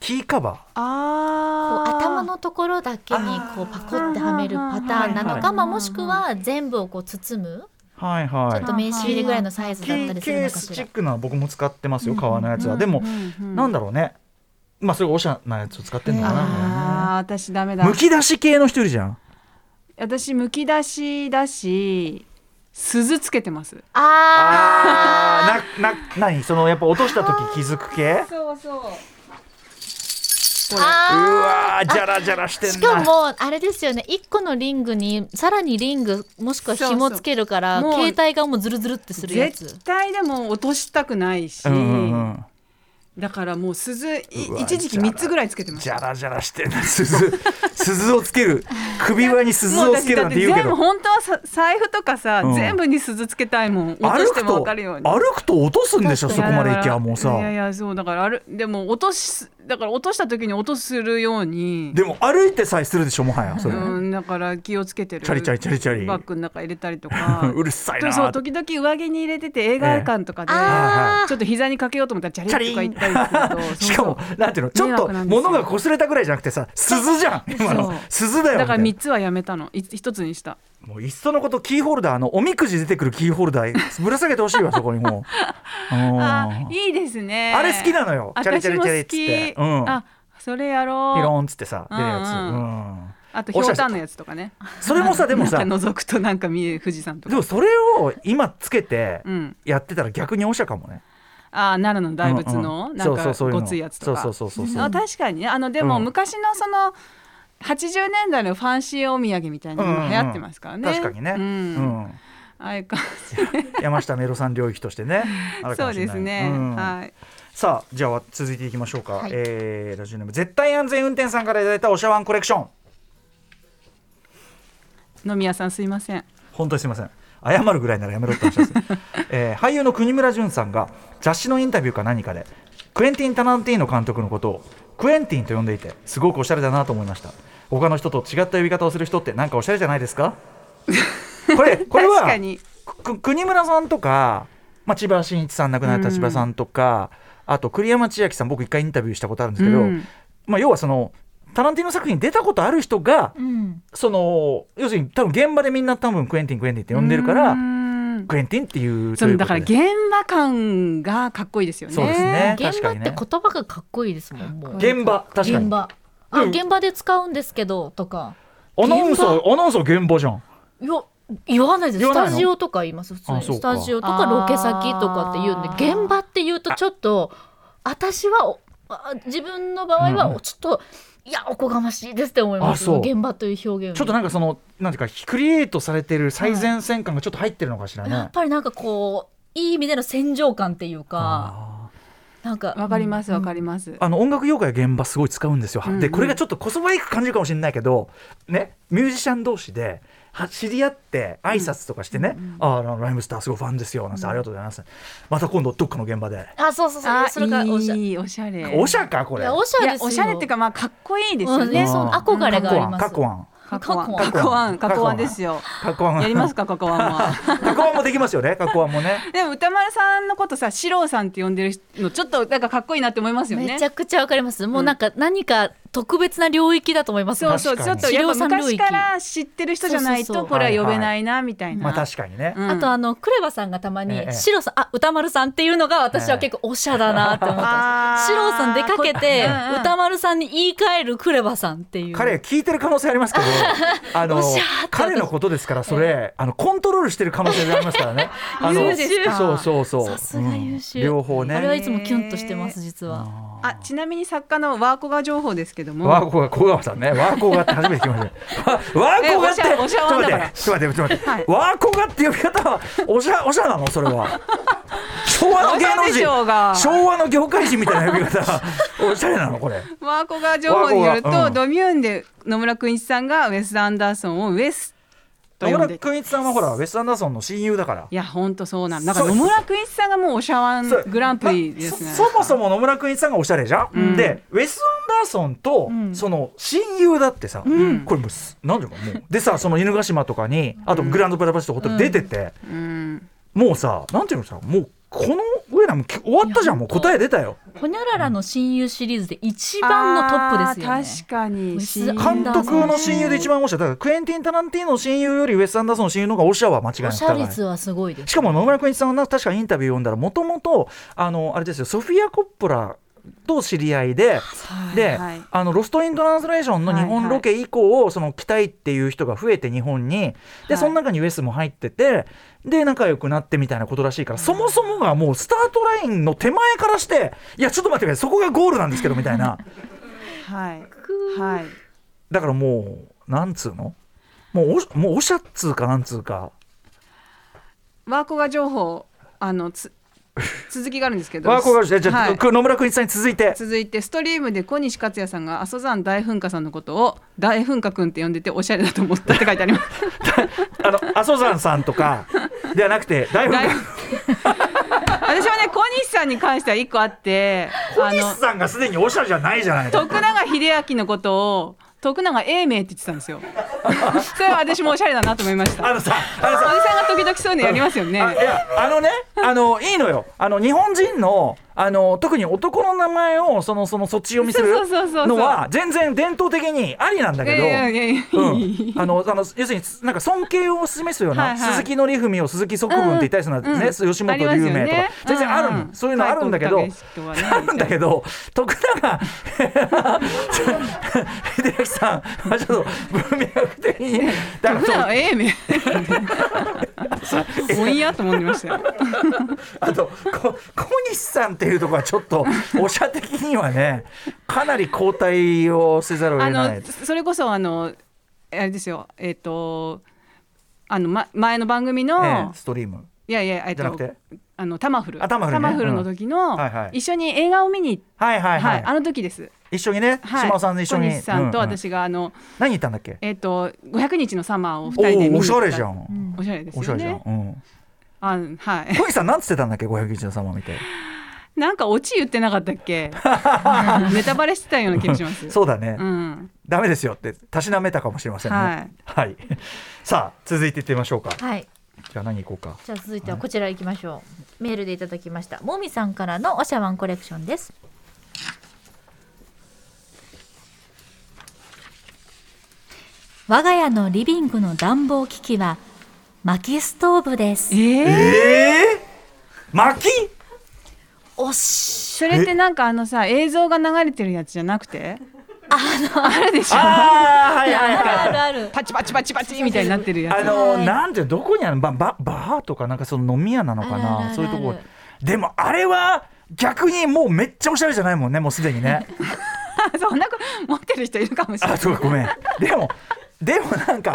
S3: キーカバー
S2: あ
S4: こう
S2: ー
S4: 頭のところだけにこうパコってはめるパターンなのか、まあ、もしくは全部をこう包む
S3: はい
S4: ち
S3: は
S4: ょっと名刺入れぐらいのサイズ
S3: い
S4: だった
S3: キ
S4: り
S3: ーケ
S4: するの
S3: ー
S4: か
S3: ス
S4: し
S3: チ
S4: ら
S3: ッ。クな僕も使ってますよ
S4: うん
S3: 革のやつはでもなんだろうねまあそれおしゃなやつを使ってんのかな
S2: あー私ダメだ
S3: むき出し系の人いるじゃん
S2: 私むき出しだし鈴つけてます
S4: あ
S3: あーなな何そのやっぱ落とした時気づく系
S2: そうそう
S4: ー
S3: う
S4: あ
S3: わーじゃらじゃらして
S4: ー
S3: んな
S4: しかもあれですよね1個のリングにさらにリングもしくは紐つけるから
S2: そうそうもう
S4: 携帯がもうズルズルってするやつ
S2: 絶対でも落としたくないし、
S3: うんうんうん
S2: だからもう鈴いう
S3: わ
S2: 一時期三つぐらいつけてまし
S3: じ
S2: た
S3: ゃらじゃらしてんな鈴鈴をつける首輪に鈴をつけるなんて言うけ
S2: も私だって全部
S3: ど
S2: 本当はさ財布とかさ、
S3: うん
S2: 全部に鈴つけたいもん落とし
S3: 歩
S2: て
S3: く
S2: も
S3: と
S2: 分かるように
S3: 歩くと落とすんでしょそこまでいきゃもうさ
S2: いやいやそうだからあるでも落としだから落とした時に落とするように
S3: でも歩いてさえするでしょもはやそれ
S2: うんだから気をつけてる
S3: チャリチャリチャリチャリ
S2: バッグの中入れたりとか
S3: うるさいな
S2: そう時々上着に入れてて映画館とかで、
S4: あー
S2: ちょっと膝にかけようと思ったらチャリとか行ったりすると
S3: しかも
S2: そうそう
S3: なんていうのちょっ
S2: 迷
S3: と
S2: 惑なんですよ
S3: 物が擦れたぐらいじゃなくてさ鈴じゃん今の
S2: そう
S3: 鈴だよ
S2: だから
S3: み
S2: 三
S3: たい
S2: つはやめたのい一つにした
S3: なもういっそのことキーホルダーのおみくじ出てくるキーホル ダーぶら下げてほしいわそこにもううん
S2: あいいですね
S3: あれ好きなのよチャリチ
S2: 私
S3: ャリ
S2: も
S3: チャリっ
S2: 好
S3: つって
S2: き、
S3: うん
S2: あそれや
S3: ピロ
S2: ろう
S3: ーンっつってさ出るや
S2: うん
S3: つ
S2: う
S3: うん
S2: あとひょうたんのやつとかね
S3: それもさでもさ
S2: なんか覗くとなんか見える富士山と
S3: で
S2: か
S3: もそれを今つけて
S2: うん
S3: やってたら逆におしゃかもね
S2: あー奈良の大仏
S3: うん
S2: の
S3: うん
S2: なんか
S3: そうそうそういうの
S2: ごついやつとか
S3: そうそうそうそうそう
S2: あ確かにねあのでも
S3: うん
S2: 昔のその80年代のファンシーお土産みたいなのも流行ってますからね、
S3: 確かにね
S2: う
S3: うんん
S2: ああいう感じ
S3: 山下メロさん領域として ねあるか
S2: そ
S3: も
S2: う
S3: しれ
S2: で
S3: ない
S2: すね、
S3: うん
S2: はい
S3: さあじゃあ続いていきましょうか、
S4: はい
S3: えーラジオネーム絶対安全運転さんからいただいたおしゃわんコレクション
S2: 野宮さんすいません
S3: 本当にすいません謝るぐらいならやめろって 話です、えー俳優の国村淳さんが雑誌のインタビューか何かでクエンティン・タランティーノ監督のことをクエンティンと呼んでいてすごくおしゃれだなと思いました他の人と違った呼び方をする人ってなんかおしゃれじゃないですか これこれは
S2: 確かに
S3: く国村さんとか、まあ、千葉真一さん亡くなった千葉さんとか、あと栗山千明さん僕一回インタビューしたことあるんですけど、
S2: うん
S3: まあ、要はそのタランティーノ作品に出たことある人が、
S4: うん
S3: その要するに多分現場でみんな多分クエンティンクエンティンって呼んでるから、
S2: うん
S3: クエンティンっていう
S2: そ
S3: と
S2: の
S3: いうこ
S2: だから
S3: とで
S2: 現場感がかっこいいですよね
S3: そうですね
S4: 現
S3: 確
S4: 場
S3: か
S4: っ
S3: に
S4: て
S3: ね
S4: 言葉がかっこいいですもんもう
S3: 現場確かに
S4: 現場あ、
S3: うん
S4: 現場で使うんですけどとか
S3: アナウンサーアナウンサー現場じゃん
S4: いや言わないです
S3: 言
S4: ス
S3: わないの
S4: タジオとか言います普通
S3: あ
S4: に
S3: そうか
S4: スタジオとかロケ先とかって言うんで
S2: あー
S4: 現場って言うとちょっと私はおあ自分の場合
S3: うんう
S4: は
S3: ん
S4: ちょっと、いやおこがましいですって思いま
S3: あ
S4: す
S3: そう
S4: 現場という表現に
S3: ちょっとなんかそのなんていうかクリエイトされてる最前線感がちょっと入ってるのかしらね、
S4: やっぱりなんかこういい意味での戦場感っていうか
S3: あー
S4: なんか
S2: わかりますわか
S4: り
S2: ります、
S3: あの音楽業界は現場すごい使うんですよ、
S2: うんうん
S3: でこれがちょっとこそばいく感じるかもしれないけどねミュージシャン同士では知り合って挨拶とかしてね「ああライムスターすごいファンですよ」なんて、ありがとうございます」また今度どっかの現場で。
S4: あそうそうそう
S2: あ
S4: それがおしゃれい
S2: いいおしゃれ
S3: おしゃかこれ
S4: やおしゃれ
S2: い
S4: で
S2: や
S4: すよ
S2: おしゃれっていうかまあかっこいいですよ
S4: うんね
S2: ね
S4: その憧れがあります
S3: 過去案
S2: 過去
S4: 過去
S2: 案
S4: 案
S2: 過去案
S3: 過
S2: 過
S3: 去案
S2: 去案ですよ
S3: 過去案
S2: やり ますか過去案 は
S3: 過去案もできますよね過去案もね
S2: でも歌丸さんのことさ四郎さんって呼んでるのちょっとなんかかっこいいなって思いますよね
S4: めちゃくちゃわかりますもうなんか何か特別な領域だと思います
S2: そうそう
S3: 確
S2: ち
S3: か
S2: ょ
S3: に
S2: っとやっぱ
S4: 四郎さん領
S2: 昔
S4: 域
S2: から知ってる人じゃない
S4: そうそ
S2: と
S4: うそう
S2: これは呼べないなみたいな、
S3: まあ確かにね、
S2: うん
S4: あとあのクレバさんがたま
S3: ええ
S4: に「シロさんあ歌丸さん」っていうのが私は結構おしゃだなって思ってます。
S2: あー
S4: シロさん出かけて
S2: うんうん
S4: 歌丸さんに言い換えるクレバさんっていう。
S3: 彼聞いてる可能性あります けどあの
S4: おしゃーって
S3: 彼のことですからそれあのコントロールしてる可能性がありますからねあの
S2: 優秀
S3: そうそうそう
S4: さすが優秀、
S3: うん両方
S4: あれは
S3: ね
S4: いつもキュンとしてます実は。
S2: あちなみに作家のワーコガ情報ですけども
S3: ワーコが小川さんねワーコがって初めて聞き ましたよわ
S2: え
S3: ワーコがって
S2: お
S3: ち
S2: しゃ
S3: ょっ
S2: おしゃわ
S3: と
S2: ん
S3: 待
S2: だ
S3: っ
S2: か
S3: て
S2: ら
S3: ちょっと待ってちょっと待って、
S2: はい
S3: ワーコがって呼び方はおしゃおしゃなのそ れは昭和の芸能
S2: おしゃでしょう
S3: 人
S2: が
S3: 昭和の業界人みたいな呼び方 はおしゃれなのこれ
S2: ワーコガ情報による
S3: ワーコガ
S2: と、
S3: うん
S2: ドミューンで野村君一さんがウェス・アンダーソンをウェスと呼
S3: 野
S2: ん
S3: 村
S2: でいた
S3: 君一さんはほらウェス・アンダーソンの親友だから
S2: いや本当そうなんだか
S3: そ
S2: ら
S3: う
S2: 野村君一さんがもうおしゃわん
S3: そう
S2: グランプリですね
S3: まあそそもそも野村君一さんがおしゃれじゃん、
S2: ん
S3: でウェス・アンダーソンと、その親友だってさ、
S2: ん
S3: これもうす何ていうかもうでさその犬ヶ島とかにあとグランドプラバスとホテル出てて、
S2: うん
S3: もうさなんていうのさもうこの上なんもう終わったじゃんもう答え出たよ
S4: ほにゃららの親友シリーズで一番のトップですよね
S2: あー確かに
S4: ウェスアン
S3: 監
S4: ダーソン
S3: 督の親友で一番オシャだからクエンティン・タランティーノの親友よりウェス・アンダーソンの親友の方がオシャは間違いな
S4: お
S3: く
S4: しゃ
S3: 高い
S4: 率はすごいです
S3: しかも野村健一さんは確かインタビューを読んだらもともとあのあれですよソフィア・コッポラと知り合い
S2: は
S3: で。
S2: い
S3: で、
S2: はい
S3: あのロスト・イン・トランスレーションの日本ロケ以降、その来たいっていう人が増えて日本に
S2: は
S3: で、
S2: い
S3: その中にウエスも入っててで仲良くなってみたいなことらしいから、そもそもがもうスタートラインの手前からしていやちょっと待ってくださいそこがゴールなんですけどみたいな
S2: はいはい
S3: だからもうなんつうのもうおもうおしゃっつうかなんつうか
S2: ワーコが情報あのつ続きがあるんですけど
S3: ワーコがあるしじゃ
S2: は
S3: あ、
S2: い
S3: く野村君一さんに続いて
S2: 続いてストリームで小西克也さんが阿蘇山大噴火さんのことを大噴火くんって呼んでておしゃれだと思ったって書いてあります
S3: あの阿蘇山さんとかではなくて大
S2: 大
S3: 噴
S2: 噴
S3: 火
S2: 私はね小西さんに関しては一個あって
S3: 小西さんがすでにおしゃれじゃないじゃない
S2: 徳永英明のことを徳永英明って言ってたんです よそれは私もおしゃれだなと思いました
S3: あ
S2: お
S3: のさあの
S2: じ
S3: さ
S2: さんが時々そういうのやりますよね
S3: あいやあのねあのいいのよあの日本人のあの特に男の名前をそのそのそっち読みする
S2: そうそうそうそう
S3: のは全然伝統的にありなんだ
S2: い
S3: け
S2: やい
S3: ど。
S2: やいやいや
S3: うん、あのあの要するになんか尊敬を示すような
S2: はいはい
S3: 鈴木紀文を鈴木即文って言ったりするのは、
S2: うん
S3: ね
S2: うん
S3: 吉本
S2: あります
S3: 龍
S2: よね
S3: 明とか、全然あるの、
S2: うんうん
S3: そういうのあるんだけど、
S2: 太鼓を叩く人
S3: あ
S2: は
S3: る
S2: ね
S3: んだけど徳永秀明さんはちょっと文脈的にだから
S2: 徳
S3: そう
S2: 永英明もういいやと思いました よ
S3: あとこ小西さんっていうところはちょっとおしゃ的にはねかなり交代をせざるを
S2: あ
S3: 得ない
S2: の。それこそあのあれですよえっ、とあの、ま、前の番組の、
S3: ええストリーム
S2: いやいやえっ、
S3: じゃなく
S2: と
S3: て
S2: あのタマフル
S3: あタマフルね
S2: の時の、
S3: んはいはい
S2: 一緒に映画を見に、
S3: はいはいは、
S2: はいいあの時です、
S3: 一緒にね、
S2: はい、
S3: 島尾さんで一緒に
S2: 小西さんと
S3: うんうん
S2: 私が、あの
S3: 何言ったんだっけ
S2: えっ、と500日のサマーを二
S3: お
S2: 人で見に行
S3: お
S2: った
S3: おしゃれじゃん、
S2: おしゃれです
S3: おしゃ
S2: よ
S3: れじゃん、
S2: ね
S3: うん、
S2: あのはい
S3: 小西さんなんつってたんだっけ501の様見て
S2: なんかオチ言ってなかったっけネタバレしてたような気がします
S3: そうだね、
S2: うん
S3: ダメですよってたしなめたかもしれませんね
S2: はい、
S3: はい、 さあ続いていってみましょうか
S4: はい
S3: じゃあ何いこうか
S4: じゃあ続いてはこちら行きましょうメールでいただきましたもみさんからのおしゃわんコレクションです我が家のリビングの暖房機器は薪ストーブです
S2: えー
S3: ええー、巻き
S4: おっし
S2: それってなんかあのさ映像が流れてるやつじゃなくてあのあるでしょ
S3: あ あはいはいはい
S4: ゃあるある
S2: パチパチパチパチみたいになってるや
S3: あ
S2: つ
S3: の、
S4: はい
S3: なんてどこにあるのバババーとかなんかその飲み屋なのかな
S4: あるあるある
S3: そういうとこ
S4: ある
S3: でもあれは逆にもうめっちゃおしゃれじゃないもんねもうすでにね
S2: そんな子持ってる人いるかもしれな
S3: あ
S2: い
S3: そうかごめんでもでもなんか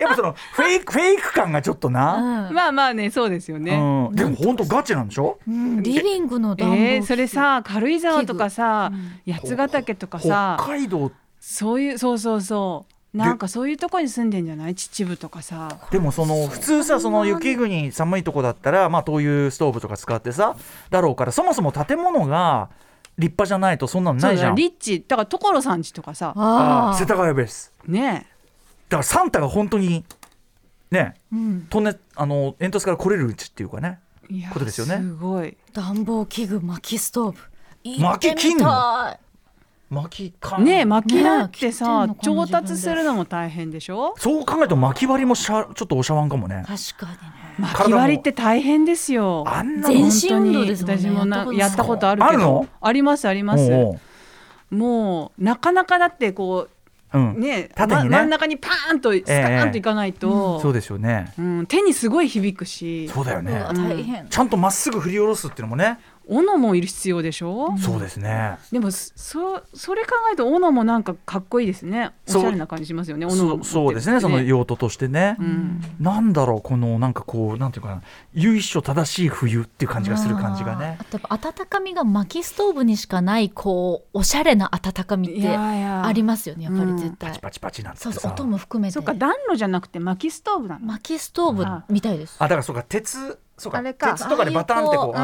S3: やっぱそのフェイクフェイク感がちょっとな、
S2: まあまあねそうですよ
S3: う
S2: ね、
S3: んでも本当ガチなんでしょ
S4: うんリビングの暖房機器、
S2: えー、それさ軽井沢とかさ、八ヶ岳とか
S3: 北
S2: さ
S3: 海道
S2: そういうそうそうそうなんかそういうとこに住んでんじゃない秩父とかさ
S3: でもその普通さその雪国寒いとこだったらまあ灯油ストーブとか使ってさだろうからそもそも建物が立派じゃないとそんなのないじゃ
S2: そうんだよリッチだから所さんちとかさ
S3: あ
S4: あ
S3: ー世
S4: あ
S3: 田谷ベース
S2: ね
S3: だからサンタが本当にね
S4: うん、
S3: とんねあの煙突から来れるうちっていうかね
S2: いや
S3: ことですよね
S2: すごい
S4: 暖房器具薪ストーブ行って
S3: 薪
S4: み
S3: 切んの
S4: たい
S3: 巻きか
S2: ねえ薪なんてさ、
S4: ねえ切ってんの
S2: 調
S4: かな
S2: 達するのも大変でしょ
S3: そう考えると巻き割りもしゃちょっとおしゃわんかもね
S4: 確かにね
S2: 薪割りって大変ですよ
S3: あんな
S4: 全
S3: の
S4: 身運動ですもんね
S2: 私もな
S4: や
S2: や
S4: っ
S2: ったた
S4: こ
S2: ことと
S4: あ
S2: あ
S3: る
S2: る
S3: け
S2: け
S3: ど
S2: ど
S3: あるの
S2: ありますあります
S3: おうおう
S2: もうなかなかだってこ
S3: う
S2: うんね
S3: 縦にね
S2: ま真ん中にパーンとスカーンといかないと、
S3: そうですよね
S2: うん、手にすごい響くし
S3: そうだよね
S4: うわ大変
S3: ちゃんとまっすぐ振り下ろすっていうのもね
S2: 斧もいる必要でしょ、
S3: そうですね
S2: でもそそそれ考えると斧もなんかかっこいいですねおし
S3: そう
S2: ゃれな感じしますよね斧を持ってるっ
S3: そう
S2: て
S3: そうですねその用途としてね
S2: うん、
S3: なんだろうこのなんかこうなんていうかな由緒正しい冬っていう感じがする感じがね
S4: あとやっぱ温かみが薪ストーブにしかないこうおしゃれな温かみっ
S2: い
S4: て
S2: やいや
S4: ありますよねやっぱり
S2: うん
S4: 絶
S3: パ
S4: 対
S3: チ、パチパチなんつ
S4: そ
S3: っ
S4: う
S3: て
S4: そう
S3: さ
S4: 音も含めて
S2: そっか暖炉じゃなくて薪ストーブなの、
S4: 薪ストーブみたいです、
S3: あだからそうか鉄そうか
S2: あれか
S3: 鉄とかでバタンってこう
S4: あ
S3: あ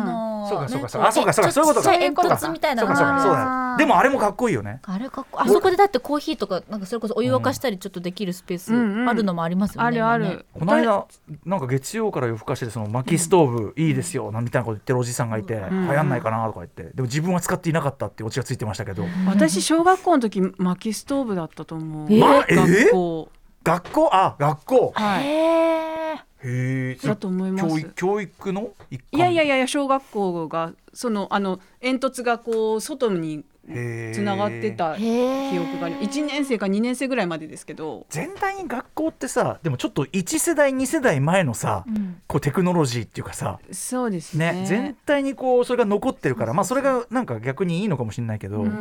S3: あ
S4: あのー
S3: そうかそうか
S4: ね
S3: そうあそうかそうか
S4: ちょ
S3: そういうことか
S4: ちっちゃい煙突みたいなの
S3: そうかそうかそうだ
S4: あー
S3: でもあれもかっこいいよね
S4: あれかっこあそこでだってコーヒーとかなんかそれこそお湯沸かしたりちょっとできるスペース
S2: うんうん
S4: あるのもありますよね。
S2: あるあ
S4: 今ね
S2: る。
S3: この間なんか月曜から夜更かしてその薪ストーブいいですよなんみたいなこと言ってるおじさんがいて、
S2: ん
S3: 流行んないかなとか言ってでも自分は使っていなかったってオチがついてましたけど、
S2: 私小学校の時薪ストーブだったと思う。
S4: え
S3: まあえ
S2: 学校
S3: 学校あ学校
S2: はい
S4: へー
S3: へえ
S2: だと思います
S3: 教育教育の一環
S2: いやいやいやいや小学校がそのあの煙突がこう外に
S3: へー
S2: つながってた記
S4: へー
S2: 憶があり1年生か2年生ぐらいまでですけど
S3: 全体に学校ってさでもちょっと1世代2世代前のさ、
S4: うん
S3: こうテクノロジーっていうかさ
S2: そうですね
S3: ね、全体にこうそれが残ってるからまあそれがなんか逆にいいのかもしれないけど、
S2: うんうん
S3: う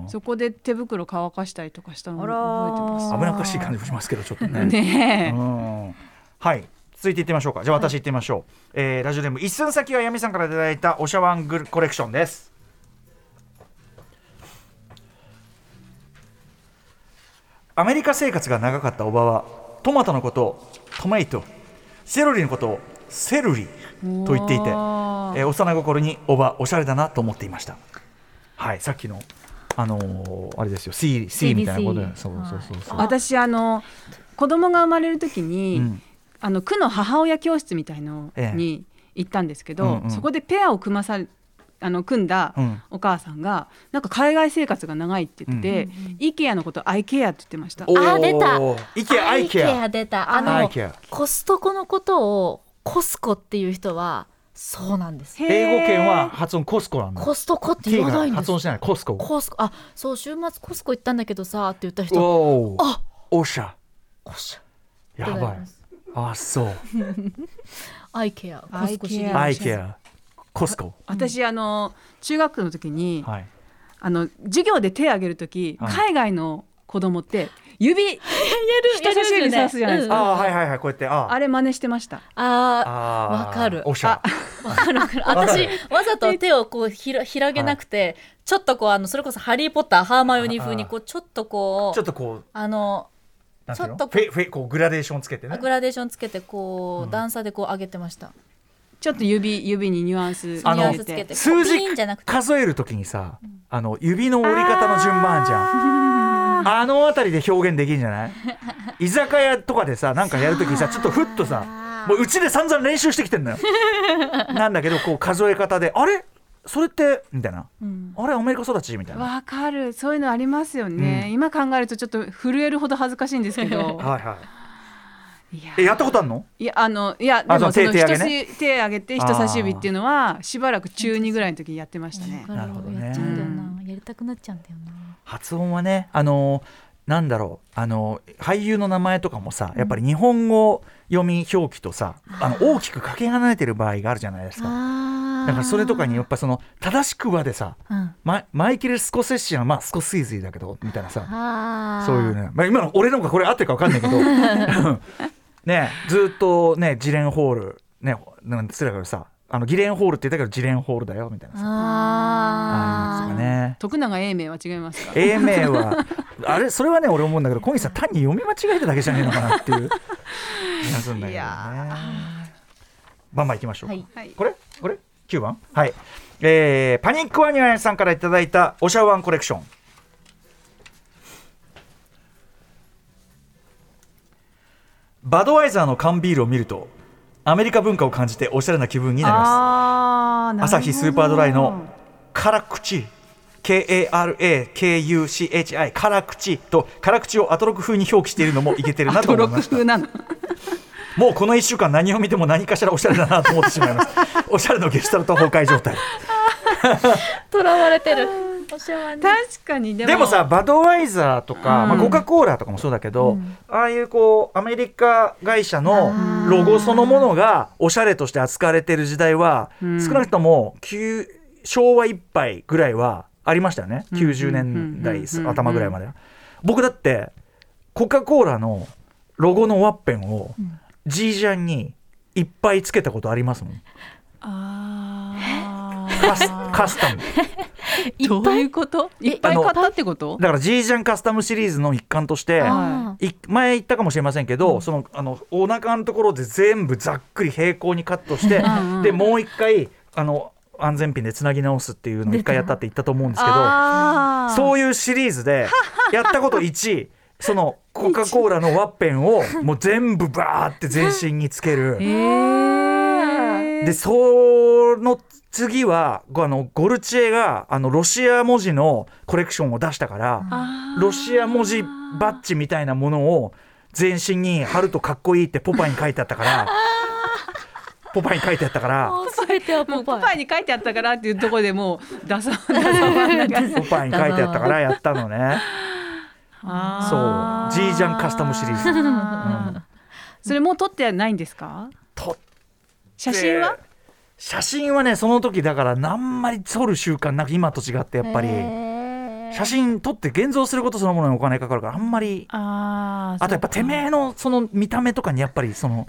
S2: うんんそこで手袋乾かしたりとかしたのを
S4: あらー
S2: 覚
S3: 危なっかしい感じもしますけどちょっと
S2: えてま
S3: ね。
S2: す
S3: う
S2: ねえ
S3: んはい続いていってみましょうかじゃあ私いってみましょう、えーラジオネーム一寸先は闇さんからいただいたおしゃわんグルコレクションですアメリカ生活が長かったおばはトマトのことをトマイトセロリのことをセルリと言っていて、え
S2: おー
S3: ー幼心におばおしゃれだなと思っていましたはいさっきのあのーあれですよ C, C みたいなことで
S4: C
S3: そうそうそうそう、
S2: 私あの子供が生まれる時に、
S3: うん
S2: あの区の母親教室みたいのに行ったんですけど、
S3: うんうん
S2: そこでペアを組まさあの組んだ
S3: うん
S2: お母さんが、なんか海外生活が長いって言って、IKEA のこと IKEA って言ってました。
S3: おー
S4: あ出た。
S3: IKEA
S4: あ
S3: IKEA
S4: 出た。あの
S3: IKEA
S4: コストコのことをコスコっていう人はそうなんですよ。
S2: へ
S3: 英
S2: ー
S3: 語圏は発音コスコなんだ
S4: コストコって言
S3: T
S4: わな
S3: が
S4: いんです
S3: 発。音しないコスコ
S4: コスコあそう週末コスコ行ったんだけどさって言った人。
S3: おー
S4: あ
S3: おしゃ
S4: おっしゃ。
S3: やばいあそう
S4: アイケアコスコ知り合い
S2: IKEA
S3: IKEA
S4: ま
S3: コスコ
S2: 私あの中学の時に、
S3: はい
S2: あの授業で手挙げる時、
S3: はい
S2: 海外の子供って指人差し指さすじゃないですか
S3: ああはいはいはいこうやってあ
S2: あれ真似してました。
S4: あ
S3: あー
S4: わかる
S3: おしゃ
S4: わかるわかる。私、わざと手をこうひら広げなくて、ちょっとこう、あの、それこそハリーポッター、ハーマイオニー風に、こう、ちょっとこ
S3: ち
S4: う
S3: ょっ、とこう
S4: あの、
S3: なんていうの
S4: ちょっと
S3: フェフェこうグラデーションつけてね
S4: グラデーションつけて、こう、段差でこう上げてました。
S2: ちょっと指指にニュアンス
S3: あ
S4: ニュア
S3: の
S4: ンスつけて
S3: 数字
S4: ピンじゃなくて
S3: 数えるときにさあの指の折り方の順番じゃんあのあたりで表現できるんじゃない 居酒屋とかでさなんかやるときにさちょっとふっとさもううちで散々練習してきてん のよなんだけどこう数え方であれそれってみたいな、あれアメリカ育ちみたいな
S2: わかるそういうのありますよね、
S3: うん
S2: 今考えるとちょっと震えるほど恥ずかしいんですけど
S3: はいはい
S2: いや
S3: えやったことあるの
S2: いやあのいやで
S3: あそ
S2: も
S3: う
S2: その人
S3: 手手上げ
S2: 差
S3: ね
S2: し手上げて人差し指っていうのはしばらく中二ぐらいの時にやってましたね
S4: わか。
S3: なるほどね
S4: やっちゃうんだよな。やりたくなっちゃうんだよな。
S3: 発音はねあのなんだろうあの俳優の名前とかもさやっぱり日本語読み表記とさ、あの大きくかけ離れてる場合があるじゃないですか。
S4: あ
S3: だからそれとかにやっぱその正しくはでさ、
S4: うん
S3: ママイケル・スコセッシはまあスコスイズイだけどみたいなさ
S4: あー
S3: そういう。ね、まあ、今の俺の方がこれ合ってるか分かんないけ どねずっとねジレンホールねなんてすらからさあのギレンホールって言ったけどジレンホールだよみたいなさああ
S4: あ
S3: いう
S4: ー
S3: のとかね。
S2: 徳永英明は違いますか。
S3: 英名はあれそれはね俺思うんだけど小西さん単に読み間違えただけじゃねえのかなっていう気がするんだけ
S2: い
S3: どね
S2: や
S3: バンバンいきましょうか、
S4: はい
S2: はい
S3: これこれ9番はい、えーパニックワニワニさんからいただいたおしゃワンコレクションバドワイザーの缶ビールを見るとアメリカ文化を感じておしゃれな気分になります
S2: ああ
S3: 朝日スーパードライの辛口 KARAKUCHI 辛口と辛口をアトロク風に表記しているのもいけてるなと
S2: 登
S3: 思いま
S2: 録
S3: した
S2: 風なの。
S3: もうこの1週間何を見ても何かしらおしゃれだなと思ってしまいますおしゃれのゲシュタルト崩壊状態
S4: とらわれてる。お世話に。
S2: 確かにでも
S3: でもさバドワイザーとか、まあ、
S2: うん
S3: コカ・コーラとかもそうだけど、ああいうこうアメリカ会社のロゴそのものがおしゃれとして扱われてる時代は、
S2: うん
S3: 少なくとも旧昭和いっぱいぐらいはありましたよね、
S2: うん
S3: 90年代
S2: うん
S3: 頭ぐらいまで、僕だってコカ・コーラのロゴのワッペンをジージャンにいっぱいつけたことありますもん
S2: あー
S3: カスカスタム
S2: どういうこと？いっぱい買ったってこと？
S3: だからジージャンカスタムシリーズの一環として
S4: あ
S3: い前言ったかもしれませんけど、そのあのお腹のところで全部ざっくり平行にカットして
S2: うんうん
S3: でもう一回あの安全ピンでつなぎ直すっていうのを一回やったって言ったと思うんですけど
S2: あー
S3: そういうシリーズでやったこと1そのコカ・コーラのワッペ ンをもう全部バーって全身につける。でその次はごあのゴルチエがあのロシア文字のコレクションを出したから
S2: あー
S3: ロシア文字バッジみたいなものを全身に貼るとかっこいいってポパイに書いてあったからポパイに書いてあったから
S5: すべてはポ
S2: ポ
S5: パ
S2: パ
S5: イ。
S2: イに書いてあったからっていうところでもう出さない
S3: ポパイに書いてあったからやったのねそうジージャンカスタムシリーズ、うん
S2: それもう撮ってないんですか
S3: 撮って
S2: 写真は
S3: 写真はねその時だからあんまり撮る習慣なく今と違ってやっぱり写真撮って現像することそのものにお金かかるからあんまり
S2: あー
S3: あとやっぱてめえのその見た目とかにやっぱりその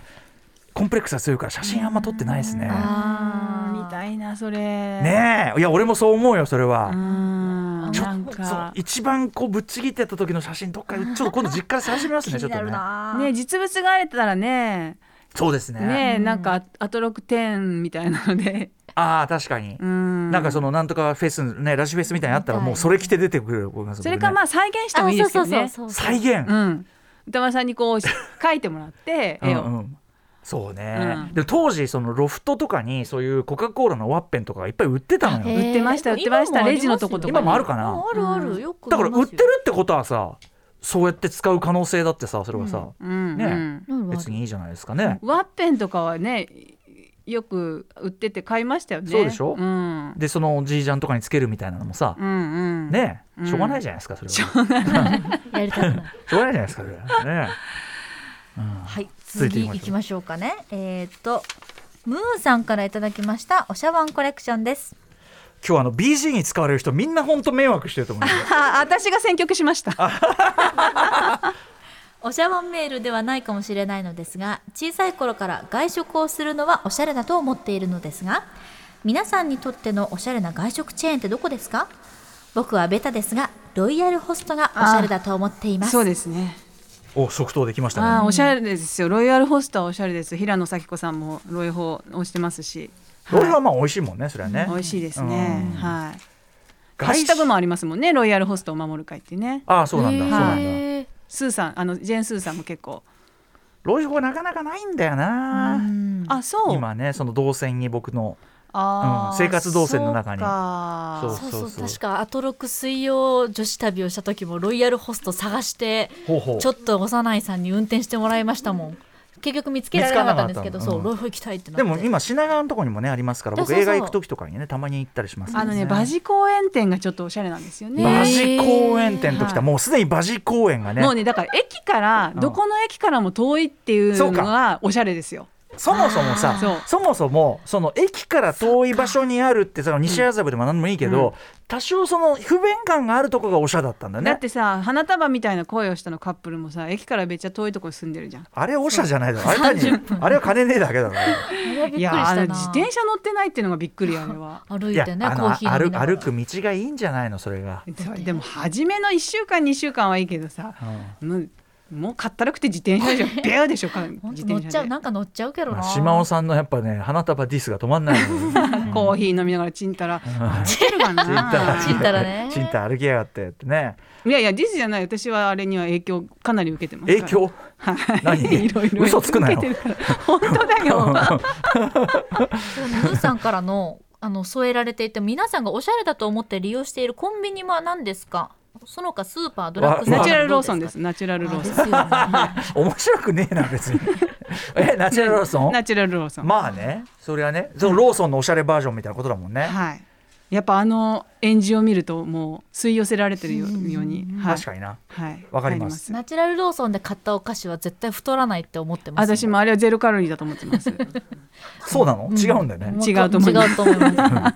S3: コンプレックスが強いから写真あんま撮ってないですね。
S2: そうか見たいなそれ
S3: ねえいや俺もそう思うよそれ
S2: う
S3: は。
S2: ん
S3: ちょ
S2: なん
S3: そう
S2: か
S3: 一番こうぶっちぎってた時の写 真どっかちょっと今度実家で探してみますねちょっとね。
S2: ね実物があれたらね
S3: そうですね。
S2: ねなんかアトロク10みたいなので
S3: ああ確かに。
S2: うん
S3: なんかそのなんとかフェスねラジフェスみたいにあったらもうそれ着て出てくる僕が
S2: それかまあ再現してもいいですけどね
S5: そうそう
S3: 再現。
S2: うん歌丸さんにこう書いてもらって絵
S3: うん
S2: を
S3: うんそうね、
S2: うん
S3: で当時そのロフトとかにそういうコカ・コーラのワッペンとかがいっぱい売ってたの
S5: へ
S3: よ
S5: え
S2: 売ってました売ってまし
S5: 今
S2: た
S5: もありますよ
S2: レジのとことかに
S3: 今もあるかな
S5: あるあるよく
S3: だから
S5: 見ま
S3: 売っ
S5: す
S3: て
S5: よ
S3: るってことはさそうやって使う可能性だってさそれはさ、
S2: うん
S3: ね
S2: うん
S5: うんある
S3: 別にいいじゃないですかね、
S2: ワッペンとかはねよく売ってて買いましたよね
S3: そうでしょ
S2: うん、うん
S3: でそのジージャンとかにつけるみたいなのもさ、
S2: うん
S3: ね
S2: うん
S3: しょうがないじゃないですかそれは、
S5: やりたくない。
S3: しょうがないじゃないですかそれはね、うん
S4: はい、
S3: 続いて
S4: 次行きましょうかね。えーっと、ムーンさんからいただきました、おしゃわんコレクションです。
S3: 今日あの BG に使われる人みんな本当迷惑してると思うんですよ
S2: あ私が選曲しました
S4: おしゃわんメールではないかもしれないのですが、小さい頃から外食をするのはおしゃれだと思っているのですが、皆さんにとってのおしゃれな外食チェーンってどこですか僕はベタですが、ロイヤルホストがおしゃれだと思っています。
S2: そうですね
S3: お即答できましたね
S2: あーおしゃれですよロイヤルホストはおしゃれです平野咲子さんもロイホをしてますし、
S3: 俺は
S2: は
S3: まあ美味しいもんねそれはね
S2: い、美味しいです
S3: う
S2: ね
S3: ん
S2: はいハッ
S3: 外
S2: シュ
S3: 食
S2: タグもありますもんねロイヤルホストを守る会ってね
S3: ああそうなんだ、
S5: へ
S3: そうなんだ、
S5: え
S2: スーさんあのジェーンスーさんも結構
S3: ロイホはなかなかないんだよな、
S4: うん
S2: あそう
S3: 今ねその動線に僕の
S2: あー、
S3: うん生活動線の中に
S2: そうか
S3: そう
S5: そうそう確かアトロク水曜女子旅をした時もロイヤルホスト探して
S3: 方法
S5: ちょっと幼いさんに運転してもらいましたもん結局見つけられなかったんですけど
S3: 見つか
S5: そ
S3: らな
S5: う
S3: かっ
S5: ロ
S3: た
S5: イホ行きたいってなっ
S3: で
S5: て
S3: も今品川のとこにもねありますから僕
S5: そうそう
S3: 映
S5: そう
S3: 画行く時とかにねたまに行ったりします
S2: あのねバジ公園店がちょっとおしゃれなんですよね
S3: バジ公園店とき
S2: へ
S3: た
S2: ー
S3: もうすでにバジ公園がね
S2: もうねだから駅から
S3: うん
S2: どこの駅からも遠いっていう
S3: そ
S2: の
S3: うか
S2: がおしゃれですよ。
S3: そもそもさ
S2: そう
S3: そもそもその駅から遠い場所にあるってその西麻布でも何でもいいけど、多少その不便感があるとこがおしゃだったんだ
S2: だ
S3: ね
S2: ってさ花束みたいな声をしたのカップルもさ駅からめっちゃ遠いところ住んでるじゃん。
S3: あれおしゃじ ゃないだろあれ単にあれは金ねえだけだろ
S5: びっく
S2: い
S5: りし
S2: やあ
S5: たな。
S2: の自転車乗ってないっていうのがびっくりあれは
S5: 歩
S3: い
S5: い
S3: や
S5: てね
S3: あ
S5: コ
S3: の
S5: ーヒー飲み
S3: 歩
S5: な
S3: く
S5: がら
S3: 歩く道がいいんじゃないの それが、
S2: それでも初めの1週間2週間はいいけどさ
S3: うん
S2: もうもうかったるくて自転車じゃビューでしょか
S5: 本
S2: 自
S5: 当乗っ
S2: 転
S5: ちゃ
S2: 車
S5: う
S2: で
S5: なんか乗っちゃうけど
S3: ま
S5: な
S3: あ、島尾さんのやっぱね花束ディスが止まんないのよ うん
S2: コーヒー飲みながらチンたら
S3: うん
S2: チンかな
S5: チンタラね
S3: チンタ歩きやがってってね
S2: いやいやディスじゃない私はあれには影響かなり受けてます
S3: 影
S2: から
S3: 響
S2: はい
S3: 何
S2: いろいろ
S3: 嘘つくなよ
S2: 受けてるから本当だ よ
S4: でもムーさんからのあの添えられていて皆さんがおしゃれだと思って利用しているコンビニは何ですかその他スーパードラッグストア
S2: ナチュラルローソンで
S4: ど
S2: すナチュラルロ
S4: う
S2: ー
S4: で
S2: ソン
S4: すかあですよ ね
S3: 面白くねえな別にえナチュラルローソン
S2: ナチュラルロー ソン、
S3: まあねそれはねそのローソンのおしゃれバージョンみたいなことだもんね、
S2: はいやっぱあの演じを見るともう吸い寄せられてるよように、はい、
S3: 確かにな
S2: はい
S3: わかります
S2: 入
S5: ナチュラルローソンで買ったお菓子は絶対太らないって思ってます
S2: 私もあれはゼロカロリーだと思ってます
S3: そうなの、違うんだよね、
S5: も
S2: 違うと思います
S5: 違うと思います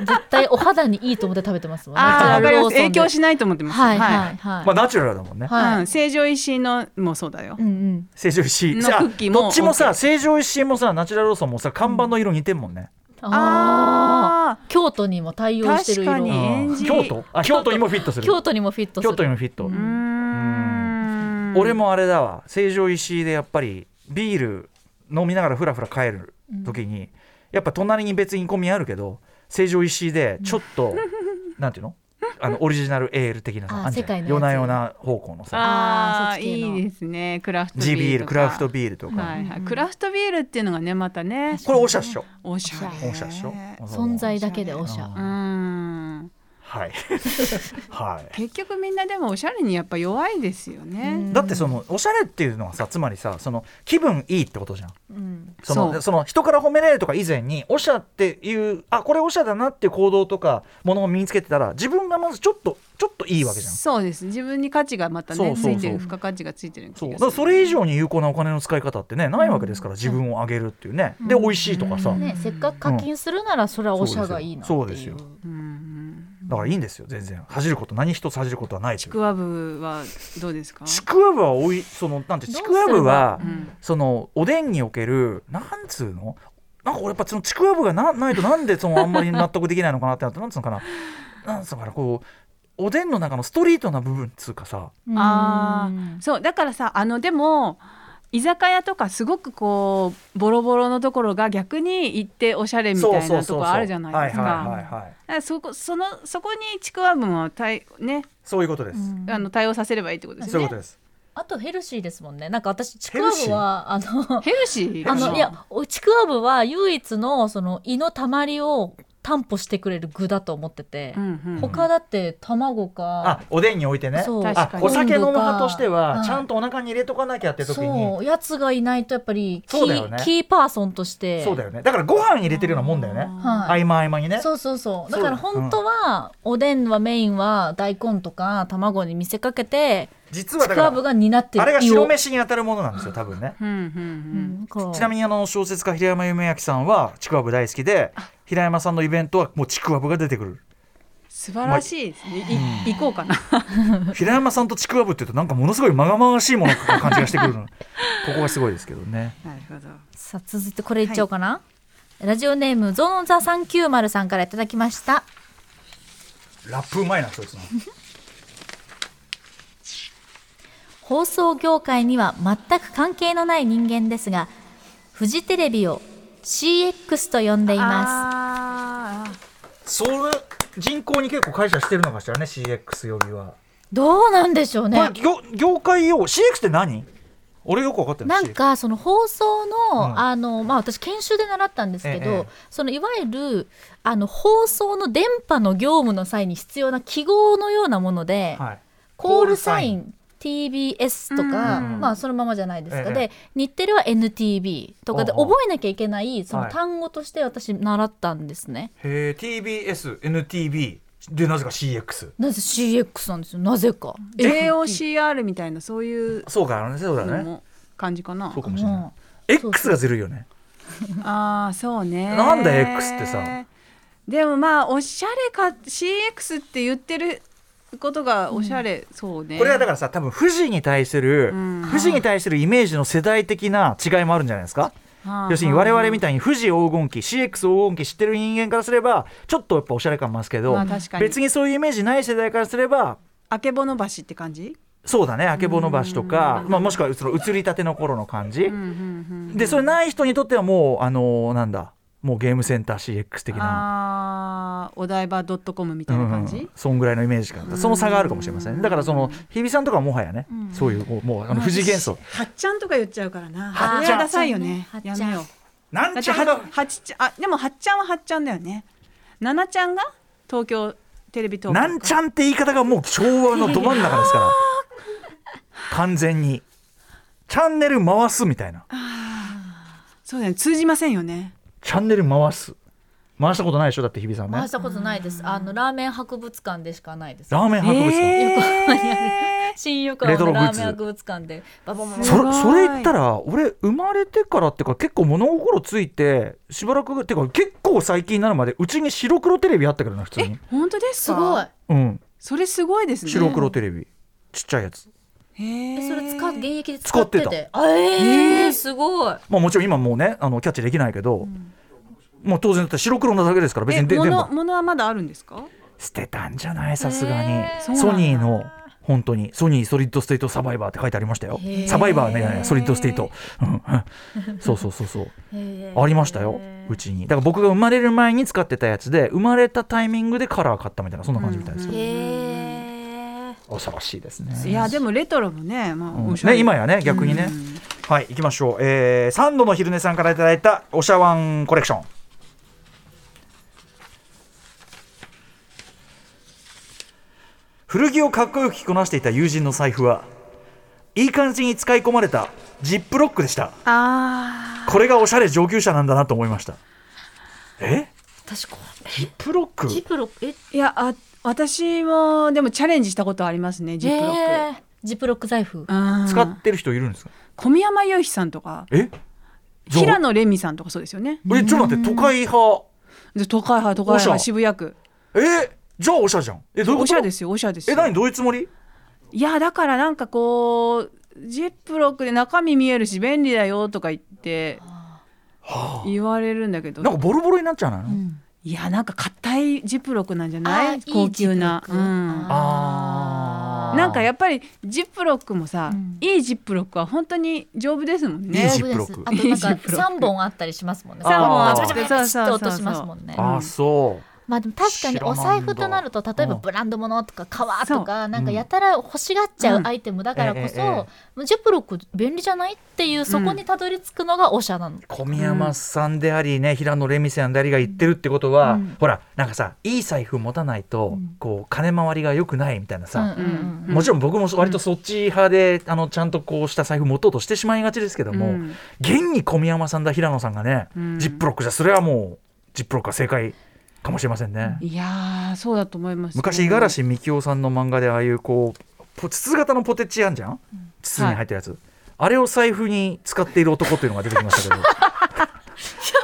S5: 絶対お肌にいいと思って食べてますもん
S2: ああわかります
S5: ナチュラ
S2: 影
S5: ルローソンで
S2: 響しないと思ってます
S5: はいはいはい、
S3: まあナチュラルだもんね、
S5: はい
S2: うん、成城石井のもそうだよ、
S5: うんうん
S3: 成城石井
S2: の
S3: じゃあ
S2: クッキーも
S3: どっちもさ成城石井もさナチュラルローソンもさ看板の色似てんもんね、
S5: ああ
S2: あ
S5: 京都にも対応してる
S2: 確
S5: 色
S2: かに
S3: うん
S2: エンジ
S3: 京都あ京都にもフィットする
S5: 京都にもフィットする
S3: 京都にもフィッ
S2: ー
S3: ト、
S2: うーん
S3: 俺もあれだわ成城石井でやっぱりビール飲みながらふらふら帰る時に、やっぱ隣に別にコンビニあるけど成城石井でちょっとなんていうのあのオリジナルエール的なさ
S4: あ
S3: んじゃない
S4: 世界のやつ
S3: よなよな方向のさ
S2: あー
S4: あーそっち系の
S2: いいですねクラフトビー
S3: 地
S2: ル
S3: ビールクラフト
S2: ビ
S3: ビールとか、
S2: はいはい、クラフトビールっていうのがねまたね
S3: これおしゃっしょ
S2: おしゃれ
S3: おしゃっしょ
S4: 存在だけでおしゃ
S2: う
S3: あ
S2: ん
S3: はいはい
S2: 結局みんなでもおしゃれにやっぱ弱いですよね、
S3: だってそのおしゃれっていうのはさつまりさその気分いいってことじゃん
S4: うん
S3: その
S2: そ
S3: そうの人から褒められるとか以前におしゃっていうあこれおしゃだなっていう行動とかものを身につけてたら自分がまずちょっとちょっといいわけじゃん
S2: そうです自分に価値がまたね
S3: そうそうそう
S2: ついてる付加価値がついてる気がす
S3: そ
S2: る
S3: うだからそれ以上に有効なお金の使い方ってねないわけですから、自分を上げるっていうね、で美味しいとかさ、
S4: ね、せっかく課金するならそれはおしゃがいいなっていう
S3: そうですよそう
S2: う
S3: で
S2: んうん
S3: だからいいんですよ全然恥じること何一つ恥じることはないし
S2: ちくわぶはどうですか
S3: ちくわぶはおいそのなんて
S4: ど
S3: ち
S4: うすれば
S3: くわぶは
S2: うん
S3: そのおでんにおけるなんつうのなんか俺やっぱそのちくわぶがなないとなんでそのあんまり納得できないのかなってなってなんつうのかななんつうのかなこうおでんの中のストリートな部分っつうかさ
S4: うん
S2: あーそうだからさあのでも居酒屋とかすごくこうボロボロのところが逆に行っておしゃれみたいなところあるじゃないです
S3: はいはい
S2: か。
S3: はいは
S2: だ
S3: い
S2: からそこそのそこにちくわぶを対ね
S3: そういうことです、
S2: あの対応させればいいってことです
S3: そうい
S2: ね
S3: うこと。です
S4: あとヘルシーですもんねなんか私ちくわぶはあの
S2: ヘルシー
S4: あ
S2: かな
S4: のいやおちくわぶは唯一のその胃のたまりを担保してくれる具だと思ってて、
S2: うんうん
S4: 他だって卵
S3: あ
S4: か
S3: おでんにおいてね
S4: そう
S2: 確
S3: あ
S2: かに
S3: お酒飲む派としては
S4: はい
S3: ちゃんとお腹に入れとかなきゃって時に
S4: そうやつがいないとやっぱりキ
S3: そうだよね
S4: ー,、キーパーソンとして
S3: そうだよねだからご飯入れてるようなもんだよね
S4: はい
S3: 合間合間にね
S4: そうそうそう
S3: そ
S4: だ
S3: う
S4: から本当は、おでんはメインは大根とか卵に見せかけて
S3: 実は
S4: ち
S3: だ
S4: く
S3: か
S4: わぶ
S3: ら
S4: が担ってる
S3: あれが
S4: 胃を
S3: 白飯に当たるものなんですよ多分ね
S2: うんうん
S4: うんこう
S3: ちなみにあの小説家平山夢明さんはちくわぶ大好きで平山さんのイベントはもうちくわぶが出てくる
S2: 素晴らしいですね。い行こうかな。
S3: 平山さんとちくわぶって言うとなんかものすごいまがまがしいものの感じがしてくる のここがすごいですけどね
S2: なるほど。
S4: さあ続いてこれいっちゃおうかな、ラジオネームゾーンザ390さんからいただきました
S3: ラップうまいなそいつな
S4: 放送業界には全く関係のない人間ですがフジテレビを CX と呼んでいま
S2: あー
S3: それ人口に結構感謝してるのかしらね CX 呼びは
S4: すどうなんでしょう
S3: これ
S4: ね
S3: 業業界用 CX って何俺よく分かってる
S4: なんかその放送の、
S3: うん
S4: あのまあ私研修で習ったんですけど、
S3: ええ
S4: そのいわゆるあの放送の電波の業務の際に必要な記号のようなもので、
S3: はい
S4: コールサイ
S3: コ
S4: ン TBS とか、
S3: うん
S4: まあそのままじゃないですか、
S3: ええ
S4: で日テレは NTB とかで
S3: おうおう
S4: 覚えなきゃいけないその
S3: はい
S4: 単語として私習ったんですね、
S3: へえ TBSNTB でなぜか CX
S4: なぜ CX なんですよなぜか
S2: JOCR みたいなそういう
S3: そうかねそうだ
S2: の
S3: ね
S2: も感じかな
S3: そう。かもしれ
S4: うん
S3: ない
S4: そう
S3: X がずるいよね
S2: ああそうね
S3: なんだ X ってさ
S2: でもまあおしゃれか CX って言ってることがおしゃれ、そうね
S3: これはだ
S2: か
S3: からさ多分富士に対する、
S2: うん
S3: 富士に対するイメージの世代的な違いもあるんじゃないですか
S2: ら
S3: 要するに我々み
S2: い
S3: たいに富士黄金期 CX 黄金期知ってる人間からすればちょっとやっぱおしゃれ感ますけど、
S2: まあ確かに
S3: 別にそういうイメージない世代からすれば
S2: あけぼの橋って感じ、
S3: そうだねあけぼの橋とか、まあ、もしくはその移りたての頃の感じ、
S2: うんうん
S3: でそれない人にとってはもうあのーなんだもうゲームセンター CX 的
S2: うん、
S3: な。
S2: あーお台場 .com み
S3: う
S2: たいなん
S3: う
S2: 感じ、
S3: ん、そんぐらいのイメージかその差があるかもしれませんだからその日比さんとかはもはやね、そういうこうもうあの富士元素
S2: はっちゃんとか言っちゃうからな
S3: はっち
S2: それ
S3: ゃん
S2: はダサいよね
S4: はっちゃ
S2: や
S4: ん
S2: めよう
S3: な
S2: だ
S3: ん
S2: ってははっちゃんあでもはっちゃんははっちゃんだよねななちゃんが東京テレビ東京
S3: なんちゃんって言い方がもう昭和のど真ん中ですから完全にチャンネル回すみたいな
S2: そうだよね通じませんよね
S3: チャンネル回す回したことないでしょだって日比さんね
S4: 回したことないですあのラーメン博物館でしかないです
S3: ラーメン博物館、
S4: 横浜にある新横
S3: レトロ
S4: 浜の
S3: グッ
S4: ラー
S3: ズ
S4: メン博物館でバババババ
S3: そ
S2: すごい
S3: れそれ言ったら俺生まれてからっていうか結構物心ついてしばらくっていうか結構最近になるまでうちに白黒テレビあったけどな普通に
S2: 本当です
S4: す
S2: か
S4: ごい
S3: うん
S2: それすごいですね
S3: 白黒テレビちっちゃいやつ
S2: へー
S4: えそれ使っ現役で使ってて
S3: 使って
S4: あえー、すごい
S3: まあもちろん今もうねあのキャッチできないけど、もう当然だって白黒なだけですから別
S2: え
S3: にで
S2: も
S3: 全部
S2: のものはまだあるんですか
S3: 捨てたんじゃないさすがに、
S4: えー
S3: ソニーの本当にソニーソリッドステートサバイバーって書いてありましたよサバイバーねソリッドステート、うん うんそうそうそうそうありましたようちにだから僕が生まれる前に使ってたやつで生まれたタイミングでカラー買ったみたいなそんな感じみたいですよ、恐ろしいですね
S2: いやでもレトロもね、まあ、
S3: うん
S2: おしゃれ
S3: ね今やね逆にね
S2: うん
S3: はい行きましょう、えー、サンドの昼寝さんからいただいたおしゃわんコレクション古着をかっこよく着こなしていた友人の財布はいい感じに使い込まれたジップロックでした
S2: あ
S3: これがおしゃれ上級者なんだなと思いましたえ
S4: 確か
S3: ジップロック
S4: ジップロックえ
S2: ーいやあ私もでもチャレンジしたことありますねジップロック、
S4: えージップロック財布
S2: うん
S3: 使ってる人いるんですか
S2: 小宮山由比さんとか
S3: えそう
S2: 平野レミさんとかそうですよね
S3: えちょっと待って都会派
S2: で都会派都会
S3: おしゃ
S2: 派渋谷区
S3: えじゃあおしゃじゃんえどういうこと
S2: おしゃですよおしゃです
S3: え
S2: よ
S3: 何どういうつもり
S2: いやだからなんかこうジップロックで中身見えるし便利だよとか言って
S3: は
S2: 言われるんだけど
S3: なんかボロボロになっちゃうのよ、
S2: いやなんか硬いジップロックなんじゃ
S4: あ
S2: な
S4: ーい
S2: い
S4: い
S2: 高級な
S4: ジップロック
S2: うん
S3: あー
S2: なんかやっぱりジップロックもさ、
S4: うん
S2: いいジップロックは本当に丈夫ですもん
S3: いい
S2: ね
S3: ジップロック
S4: あとなん
S2: いい
S4: か
S2: ジップロック
S4: 三本あったりしますもんね。
S3: 三本あ
S4: あ
S3: っ
S4: っててそ
S2: そう
S4: うそ
S2: そううそ
S4: と
S2: う
S4: 落としますもんね。
S3: ああそう
S4: まあでも確かにお財布となると例えばブランド物とか革とかなんかやたら欲しがっちゃうアイテムだからこ
S3: うんええ
S4: そ、ジップロック便利じゃないっていうそこにたどり着くのがおしゃなの。
S3: 小宮山さんでありね、平野レミさんでありが言ってるってことは、
S4: うん
S3: ほらなんかさいい財布持たないと、
S4: うん
S3: こう金回りが良くないみたいな
S4: うん
S3: さ、
S4: うんうん
S3: もちろん僕も割とそっち派で、あのちゃんとこうした財布持とうとしてしまいがちですけども、
S2: うん
S3: 現に小宮山さんだ平野さんがね、
S2: うん
S3: ジップロックじゃそれはもうジップロックが正解かもしれませんね。
S2: いやーそうだと思います
S3: 昔五十嵐美樹夫さんの漫画でああいうこうポ筒型のポテチあんじゃん筒に入ってるやつ、あれを財布に使っている男っていうのが出てき ましたけど、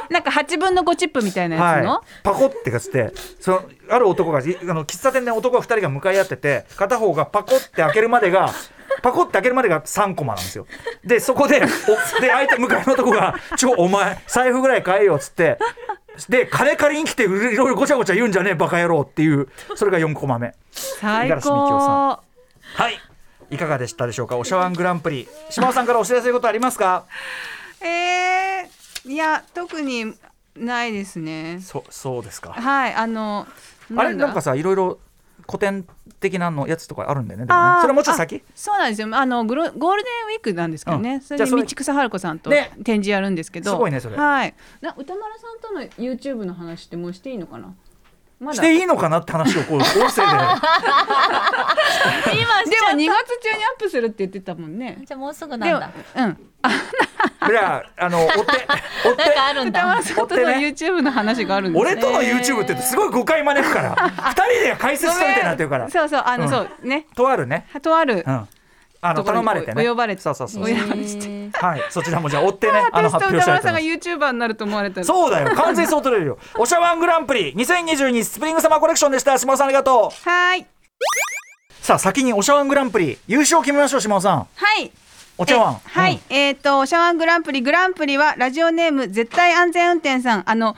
S2: なんか8分の5チップみたいなやつの、
S3: はい、パコってかつってそのある男がいあの喫茶店で男が2人が向かい合ってて片方がパコって開けるま でがパコって開けるまでが3コマなんですよでそこでおで相手向かいの男が「ちょお前財布ぐらい買えよ」っつってで金借りに来ていろいろごちゃごちゃ言うんじゃねえバカ野郎っていうそれが4コマ目。
S2: 最
S3: 五十嵐美樹夫さ
S2: 高
S3: はい。いかがでしたでしょうか。おしゃわんグランプリ。島尾さんからお知らせることありますか。
S2: えー、いや特にないですね
S3: そそうですか。
S2: はいあのだ
S3: あれなんかさ、いろいろ古典的なのやつとかあるんだよね。でも
S2: あ
S3: ね
S2: ー
S3: それもうちょっと先。
S2: あそうなんですよあのグロゴールデンウィークなんですけどね、
S3: うん
S2: そ
S3: じゃ
S2: れ
S3: あ
S2: で
S3: それ
S2: 道草春子さんと
S3: ね
S2: 展示やるんですけど、
S3: すごいねそれ
S2: はいな歌丸さんとの YouTube の話ってもうしていいのかなま
S3: し
S2: で
S3: て
S2: も
S3: いいのかなって話をこう音 声で。
S4: 今し
S2: 2月中にアップするって言ってたもんね
S4: じゃあもうすぐなん
S2: でも
S4: だ。
S2: うん
S3: じゃああの追って追って
S4: なんかあるん
S2: 歌
S4: だ
S2: 丸。さんとの YouTube の話があるんです
S3: 俺との YouTube ってすごい誤解招くから。二人で解説しといてなってるから。
S2: そうそうあの、
S3: うん
S2: そうね
S3: とあるね。
S2: とある、
S3: うん。あの
S2: ところ
S3: 頼
S2: に
S3: まれてね。
S2: お呼ばれて
S3: そうそうそう
S2: お。呼ばれして
S3: はい。そちらもじゃあ追ってね。あの
S2: 私
S3: 発
S2: と
S3: 表
S2: 歌
S3: したい
S2: 丸
S3: と
S2: さん
S3: 思
S2: が
S3: います。
S2: YouTuber になると思われたら
S3: そうだよ。完全にそう取れるよ。おしゃわんグランプリ2022スプリングサマーコレクションでした。島尾さんありがとう。
S2: はーい
S3: さあ先におしゃわんグランプリ優勝決めましょう島尾さん
S2: はい
S3: お茶碗
S2: えはい、えっ、と、シャワングランプリ、グランプリはラジオネーム絶対安全運転さん、あの。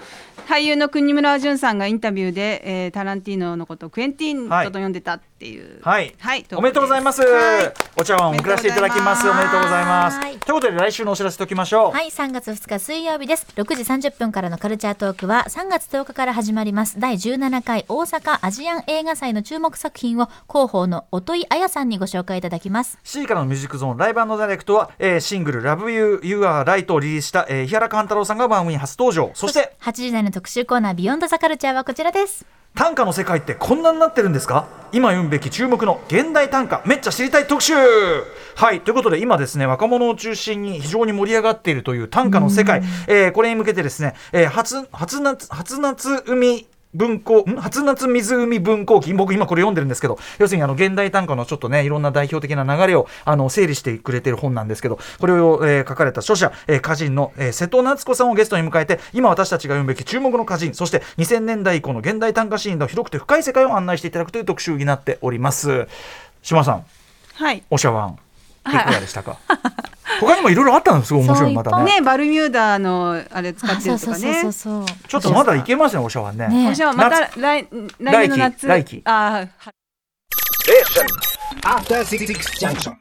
S2: 俳優の国村淳さんがインタビューで、えータランティーノのことをクエンティーン
S3: はい
S2: とと呼んでたっていう。
S3: はい、
S2: はい、
S3: おめでとうございます、
S2: はい
S3: お茶碗を送らせていただきますお
S2: お
S3: め
S2: め
S3: で
S2: で
S3: と
S2: とう
S3: う
S2: ご
S3: ござ
S4: ざ
S3: い
S4: い
S3: ま
S4: ますす
S3: ということで来週のお知らせときましょう、
S4: はい、3月2日水曜日です。6時30分からのカルチャートークは3月10日から始まります。第17回大阪アジアン映画祭の注目作品を広報の音井彩さんにご紹介いただきます。
S3: シーカのミュージックゾーンライブダイレクトは、えーシングル「LoveYou You Are Right」をリリースした、えー、日原勘太郎さんが番組に初登場そして
S4: 8時台の特集コーナービヨンドザカルチャーはこちらです。
S3: 短歌の世界ってこんなになってるんですか今読むべき注目の現代短歌めっちゃ知りたい特集はいということで今ですね若者を中心に非常に盛り上がっているという短歌の世界、えーこれに向けてですね、えー初初夏初夏海文庫ん初夏湖文庫記僕今これ読んでるんですけど要するにあの現代短歌のちょっとねいろんな代表的な流れをあの整理してくれてる本なんですけどこれを、えー書かれた著者、えー歌人の、えー瀬戸夏子さんをゲストに迎えて今私たちが読むべき注目の歌人そして2000年代以降の現代短歌シーンの広くて深い世界を案内していただくという特集になっております島さん
S2: はい。
S3: おしゃわんいかがで したか、他にもいろいろあったんですごい面白いのまたね
S2: ね、バルミューダのあれ使ってるとかね。
S4: そう。
S3: ちょっとまだいけますねおしゃわんね
S4: ね
S2: おしゃまた来来年の夏。
S3: 来期来期
S2: あーは
S6: After Six Junction.